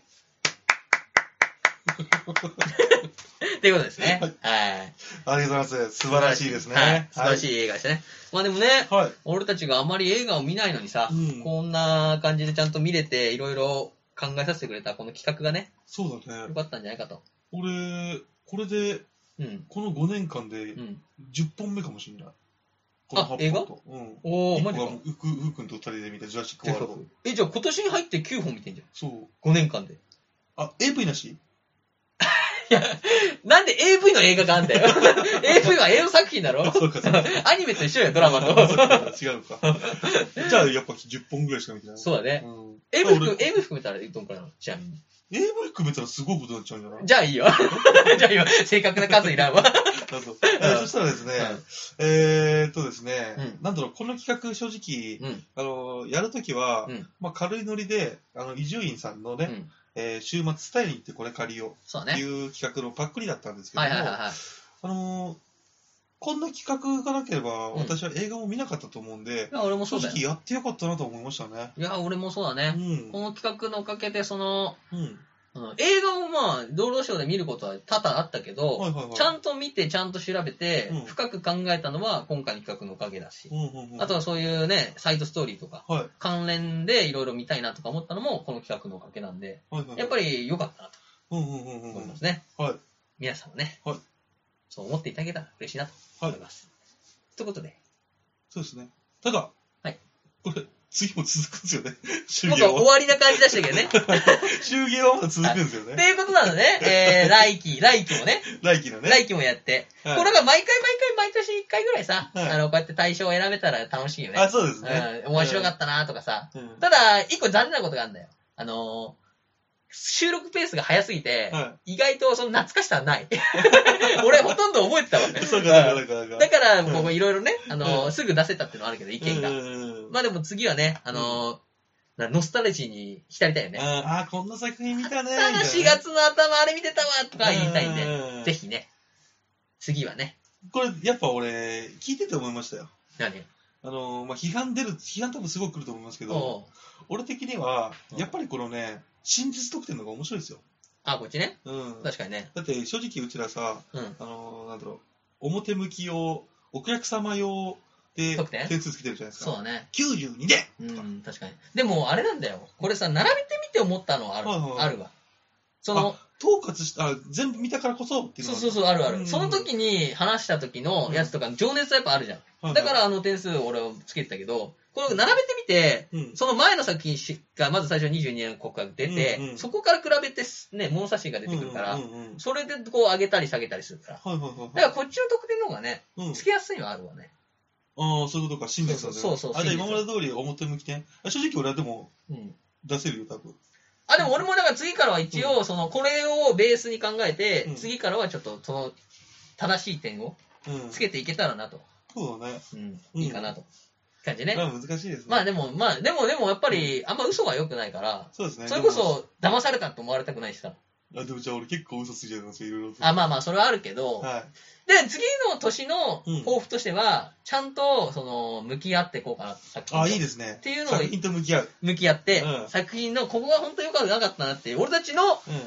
[SPEAKER 2] っていうことですね。はい。
[SPEAKER 3] ありがとうございます。素晴らしいですね。
[SPEAKER 2] はい素晴ら
[SPEAKER 3] い。
[SPEAKER 2] しい映画でしたね。まあでもね、
[SPEAKER 3] はい。
[SPEAKER 2] 俺たちがあまり映画を見ないのにさ、
[SPEAKER 3] うん
[SPEAKER 2] こんな感じでちゃんと見れて、いろいろ考えさせてくれたこの企画がね、
[SPEAKER 3] そうだ
[SPEAKER 2] よ
[SPEAKER 3] ね。
[SPEAKER 2] かったんじゃないかと。
[SPEAKER 3] 俺、これで、
[SPEAKER 2] うん。
[SPEAKER 3] この5年間で
[SPEAKER 2] うん。
[SPEAKER 3] 10本目かもしれない。この
[SPEAKER 2] あ
[SPEAKER 3] 8本と。うん。
[SPEAKER 2] おー、マ
[SPEAKER 3] 1
[SPEAKER 2] ジ
[SPEAKER 3] 個
[SPEAKER 2] か
[SPEAKER 3] が。ふく、ふうくんと2人で見たジュラシックワールド。
[SPEAKER 2] え、じゃあ今年に入って9本見てんじ
[SPEAKER 3] そう。
[SPEAKER 2] ゃん。5年間で。
[SPEAKER 3] あ、AV なし
[SPEAKER 2] なんで AV の映画があんだ よ。AV は映画作品だろ
[SPEAKER 3] あ、そうか、そうか。
[SPEAKER 2] アニメと一緒や、ドラマ
[SPEAKER 3] あそう
[SPEAKER 2] と。
[SPEAKER 3] か違うか。じゃあ、やっぱ10本ぐらいしか見てない。
[SPEAKER 2] そうだね。
[SPEAKER 3] うん。
[SPEAKER 2] AV
[SPEAKER 3] 俺
[SPEAKER 2] 含 AV 含めたらどんくらいなのちなみに。
[SPEAKER 3] AV 含めたらすごいことになっちゃうん じゃない
[SPEAKER 2] じゃあいいよ。じゃあ今、正確な数いらんわ。
[SPEAKER 3] だぞえーそしたらですね、えーっとですね、
[SPEAKER 2] うん
[SPEAKER 3] なんだろう、この企画、正直、
[SPEAKER 2] うん。
[SPEAKER 3] あのやるときは、
[SPEAKER 2] うん
[SPEAKER 3] まあ、軽いノリで、あの伊集院さんのね、
[SPEAKER 2] うん
[SPEAKER 3] えー週末スタイルに行ってこれ借りよう
[SPEAKER 2] そう
[SPEAKER 3] って
[SPEAKER 2] だね。
[SPEAKER 3] いう企画のパックリだったんですけど
[SPEAKER 2] は
[SPEAKER 3] も、
[SPEAKER 2] いはいはいはい。
[SPEAKER 3] あのーこんな企画がなければ、
[SPEAKER 2] うん
[SPEAKER 3] 私は映画も見なかったと思うんで
[SPEAKER 2] い、や、俺もそ
[SPEAKER 3] 正
[SPEAKER 2] うだよ。
[SPEAKER 3] 直やってよかったなと思いましたね。
[SPEAKER 2] いや、俺もそうだ
[SPEAKER 3] う
[SPEAKER 2] ね。
[SPEAKER 3] ん
[SPEAKER 2] こ。の企画のおかげで、その、
[SPEAKER 3] うん。
[SPEAKER 2] うん映画をまあ、道路ショーで見ることは多々あったけど、
[SPEAKER 3] はいはいはい。
[SPEAKER 2] ちゃんと見て、ちゃんと調べて、
[SPEAKER 3] うん
[SPEAKER 2] 深く考えたのは今回の企画のおかげだし、
[SPEAKER 3] うんうんうん、
[SPEAKER 2] あとはそういうね、サイドストーリーとか、
[SPEAKER 3] はい
[SPEAKER 2] 関連でいろいろ見たいなとか思ったのも、この企画のおかげなんで、
[SPEAKER 3] はいはい、
[SPEAKER 2] やっぱり良かったなと
[SPEAKER 3] うんうんうんうん
[SPEAKER 2] 思いますね。
[SPEAKER 3] はい
[SPEAKER 2] 皆さんもね、
[SPEAKER 3] はい
[SPEAKER 2] そう思っていただけたら嬉しいなと
[SPEAKER 3] はい
[SPEAKER 2] 思います。ということで、
[SPEAKER 3] そうですね。ただ、
[SPEAKER 2] はい
[SPEAKER 3] これ、次も続くんですよね。終
[SPEAKER 2] 僕は
[SPEAKER 3] 業
[SPEAKER 2] 終
[SPEAKER 3] は。
[SPEAKER 2] わりな感じ出したけ どね。
[SPEAKER 3] 終業はまだ続くんですよ
[SPEAKER 2] と
[SPEAKER 3] ね。
[SPEAKER 2] いうことなのでね、えー、来期、来期もね、
[SPEAKER 3] 来期のね。
[SPEAKER 2] 来期もやって、
[SPEAKER 3] はい
[SPEAKER 2] これが毎回毎回毎年1回ぐらいさ、
[SPEAKER 3] はい
[SPEAKER 2] あの、こうやって対象を選べたら楽しいよね。
[SPEAKER 3] あ、そうですね。
[SPEAKER 2] うん、面白かったなとかさ。
[SPEAKER 3] うん
[SPEAKER 2] ただ、一個残念なことがあるんだよ。あのー収録ペースが早すぎて、
[SPEAKER 3] は
[SPEAKER 2] 意外とその懐かしさはない。 俺ほとんど覚えてたわ。
[SPEAKER 3] い。そうか、なんか、なんか。
[SPEAKER 2] だから、
[SPEAKER 3] うん
[SPEAKER 2] 僕いろいろね、あのー
[SPEAKER 3] う
[SPEAKER 2] すぐ出せたっていうのはあるけど、意見が。
[SPEAKER 3] うん
[SPEAKER 2] まあでも次はね、あのーなノスタルジーに浸りたいよね。
[SPEAKER 3] ああ、こんな作品見たね。
[SPEAKER 2] ただ4
[SPEAKER 3] みたい
[SPEAKER 2] 月の頭あれ見てたわとか
[SPEAKER 3] な
[SPEAKER 2] 言いたいんで、
[SPEAKER 3] う
[SPEAKER 2] ぜひね、次はね、
[SPEAKER 3] これ、やっぱ俺、聞いてて思いましたよ。
[SPEAKER 2] 何
[SPEAKER 3] あのー、まあ、批判出る、批判多分すごく来ると思いますけど、
[SPEAKER 2] おう
[SPEAKER 3] 俺的には
[SPEAKER 2] う、ん
[SPEAKER 3] やっぱりこのね、真実得点の方が面白いですよ。
[SPEAKER 2] あ、こっちね。
[SPEAKER 3] うん。だ
[SPEAKER 2] 確かにね。
[SPEAKER 3] って、正直うちらさ、
[SPEAKER 2] うん。
[SPEAKER 3] あのー、なんだろう、表向き用、お客様用で
[SPEAKER 2] 得点
[SPEAKER 3] 点数つけてるじゃないです
[SPEAKER 2] そう
[SPEAKER 3] か。
[SPEAKER 2] だね。
[SPEAKER 3] 92点
[SPEAKER 2] う
[SPEAKER 3] とか。
[SPEAKER 2] ん、確かに。でも、あれなんだよ。これさ、並べてみて思ったのはある,、
[SPEAKER 3] はいはいはい
[SPEAKER 2] あるわ。その、
[SPEAKER 3] 統括した、あ全部見たからこそっていう
[SPEAKER 2] そ
[SPEAKER 3] の
[SPEAKER 2] う
[SPEAKER 3] が
[SPEAKER 2] そうそう、あるある。
[SPEAKER 3] うん
[SPEAKER 2] その時に話した時のやつとか、情熱はやっぱあるじゃん。
[SPEAKER 3] はいはい
[SPEAKER 2] だから、あの点数を俺をつけてたけど、これ並べてみて、
[SPEAKER 3] うん
[SPEAKER 2] その前の作品しが、まず最初22年の告白出て、
[SPEAKER 3] うんうん
[SPEAKER 2] そこから比べてす、ね、物差しが出てくるから、
[SPEAKER 3] うんうんうんうん
[SPEAKER 2] それでこう上げたり下げたりするから。
[SPEAKER 3] はいはいはいはい。
[SPEAKER 2] だから、こっちの得点の方がね、
[SPEAKER 3] うん、
[SPEAKER 2] つけやすいのはあるわね。
[SPEAKER 3] ああ、そういうことか、真実なんだよ
[SPEAKER 2] そうそうそう
[SPEAKER 3] あ、じゃあ
[SPEAKER 2] 真実
[SPEAKER 3] 今まで通り表向きね。あ正直俺はでも
[SPEAKER 2] うん。
[SPEAKER 3] 出せるよ、多分。
[SPEAKER 2] あ、でも俺もだから次からは一応、その、これをベースに考えて、
[SPEAKER 3] うん
[SPEAKER 2] 次からはちょっと、その、正しい点を
[SPEAKER 3] うん。
[SPEAKER 2] つけていけたらなと。
[SPEAKER 3] そうだね。
[SPEAKER 2] うん。
[SPEAKER 3] うん
[SPEAKER 2] いいかなと。感じね。
[SPEAKER 3] まあ難しいですね。
[SPEAKER 2] まあでも、まあ、でもでもやっぱり、あんま嘘は良くないから、
[SPEAKER 3] そうですね。
[SPEAKER 2] それこそ、騙されたと思われたくないしさ。
[SPEAKER 3] でも。あ、でもじゃあ俺結構嘘ついちゃいますよ、いろいろと。
[SPEAKER 2] あ、まあまあ、それはあるけど、
[SPEAKER 3] はい。
[SPEAKER 2] で、次の年の
[SPEAKER 3] うん
[SPEAKER 2] 抱負としては、ちゃんと、その、向き合っていこうかなと、作品と
[SPEAKER 3] あ、いいですね
[SPEAKER 2] っ。ていうのを
[SPEAKER 3] 作品と向き合う。
[SPEAKER 2] 向き合って、
[SPEAKER 3] うん
[SPEAKER 2] 作品の、ここが本当に良くなかったなっていう、俺たちの、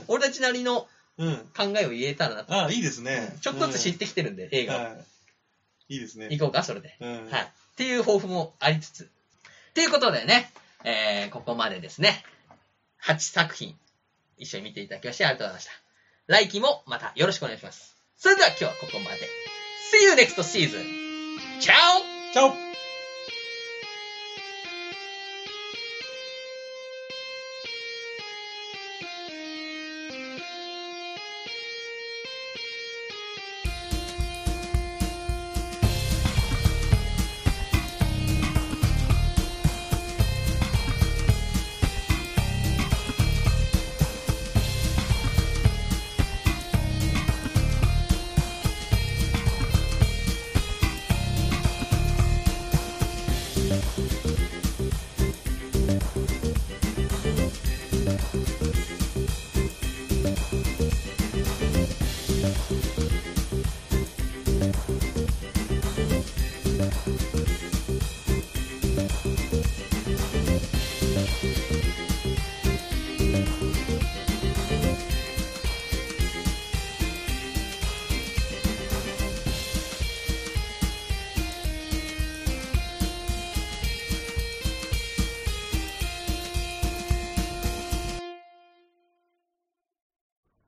[SPEAKER 2] 俺たちなりの
[SPEAKER 3] うん。うん。
[SPEAKER 2] 考えを言えたらなと。
[SPEAKER 3] あ、いいですね。
[SPEAKER 2] ちょっとずつ知ってきてるんで、映
[SPEAKER 3] うん
[SPEAKER 2] 画を。
[SPEAKER 3] はい。いいですね。
[SPEAKER 2] 行こうか、それで。
[SPEAKER 3] うん。
[SPEAKER 2] はい。っていう抱負もありつつ。っていうことでね、えー、ここまでですね。8作品、一緒に見ていただきましてありがとうございました。来期もまたよろしくお願いします。それでは今日はここまで。See you next season! チャオ
[SPEAKER 3] チャオ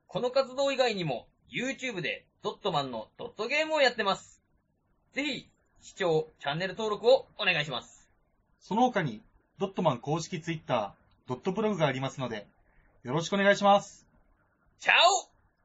[SPEAKER 2] この活動以外にも、YouTube でドットマンのドットゲームをやってます。ぜひ、視聴、チャンネル登録をお願いします。
[SPEAKER 4] その他に、ドットマン公式ツイッター、ドットブログがありますので、よろしくお願いします。
[SPEAKER 2] チャオ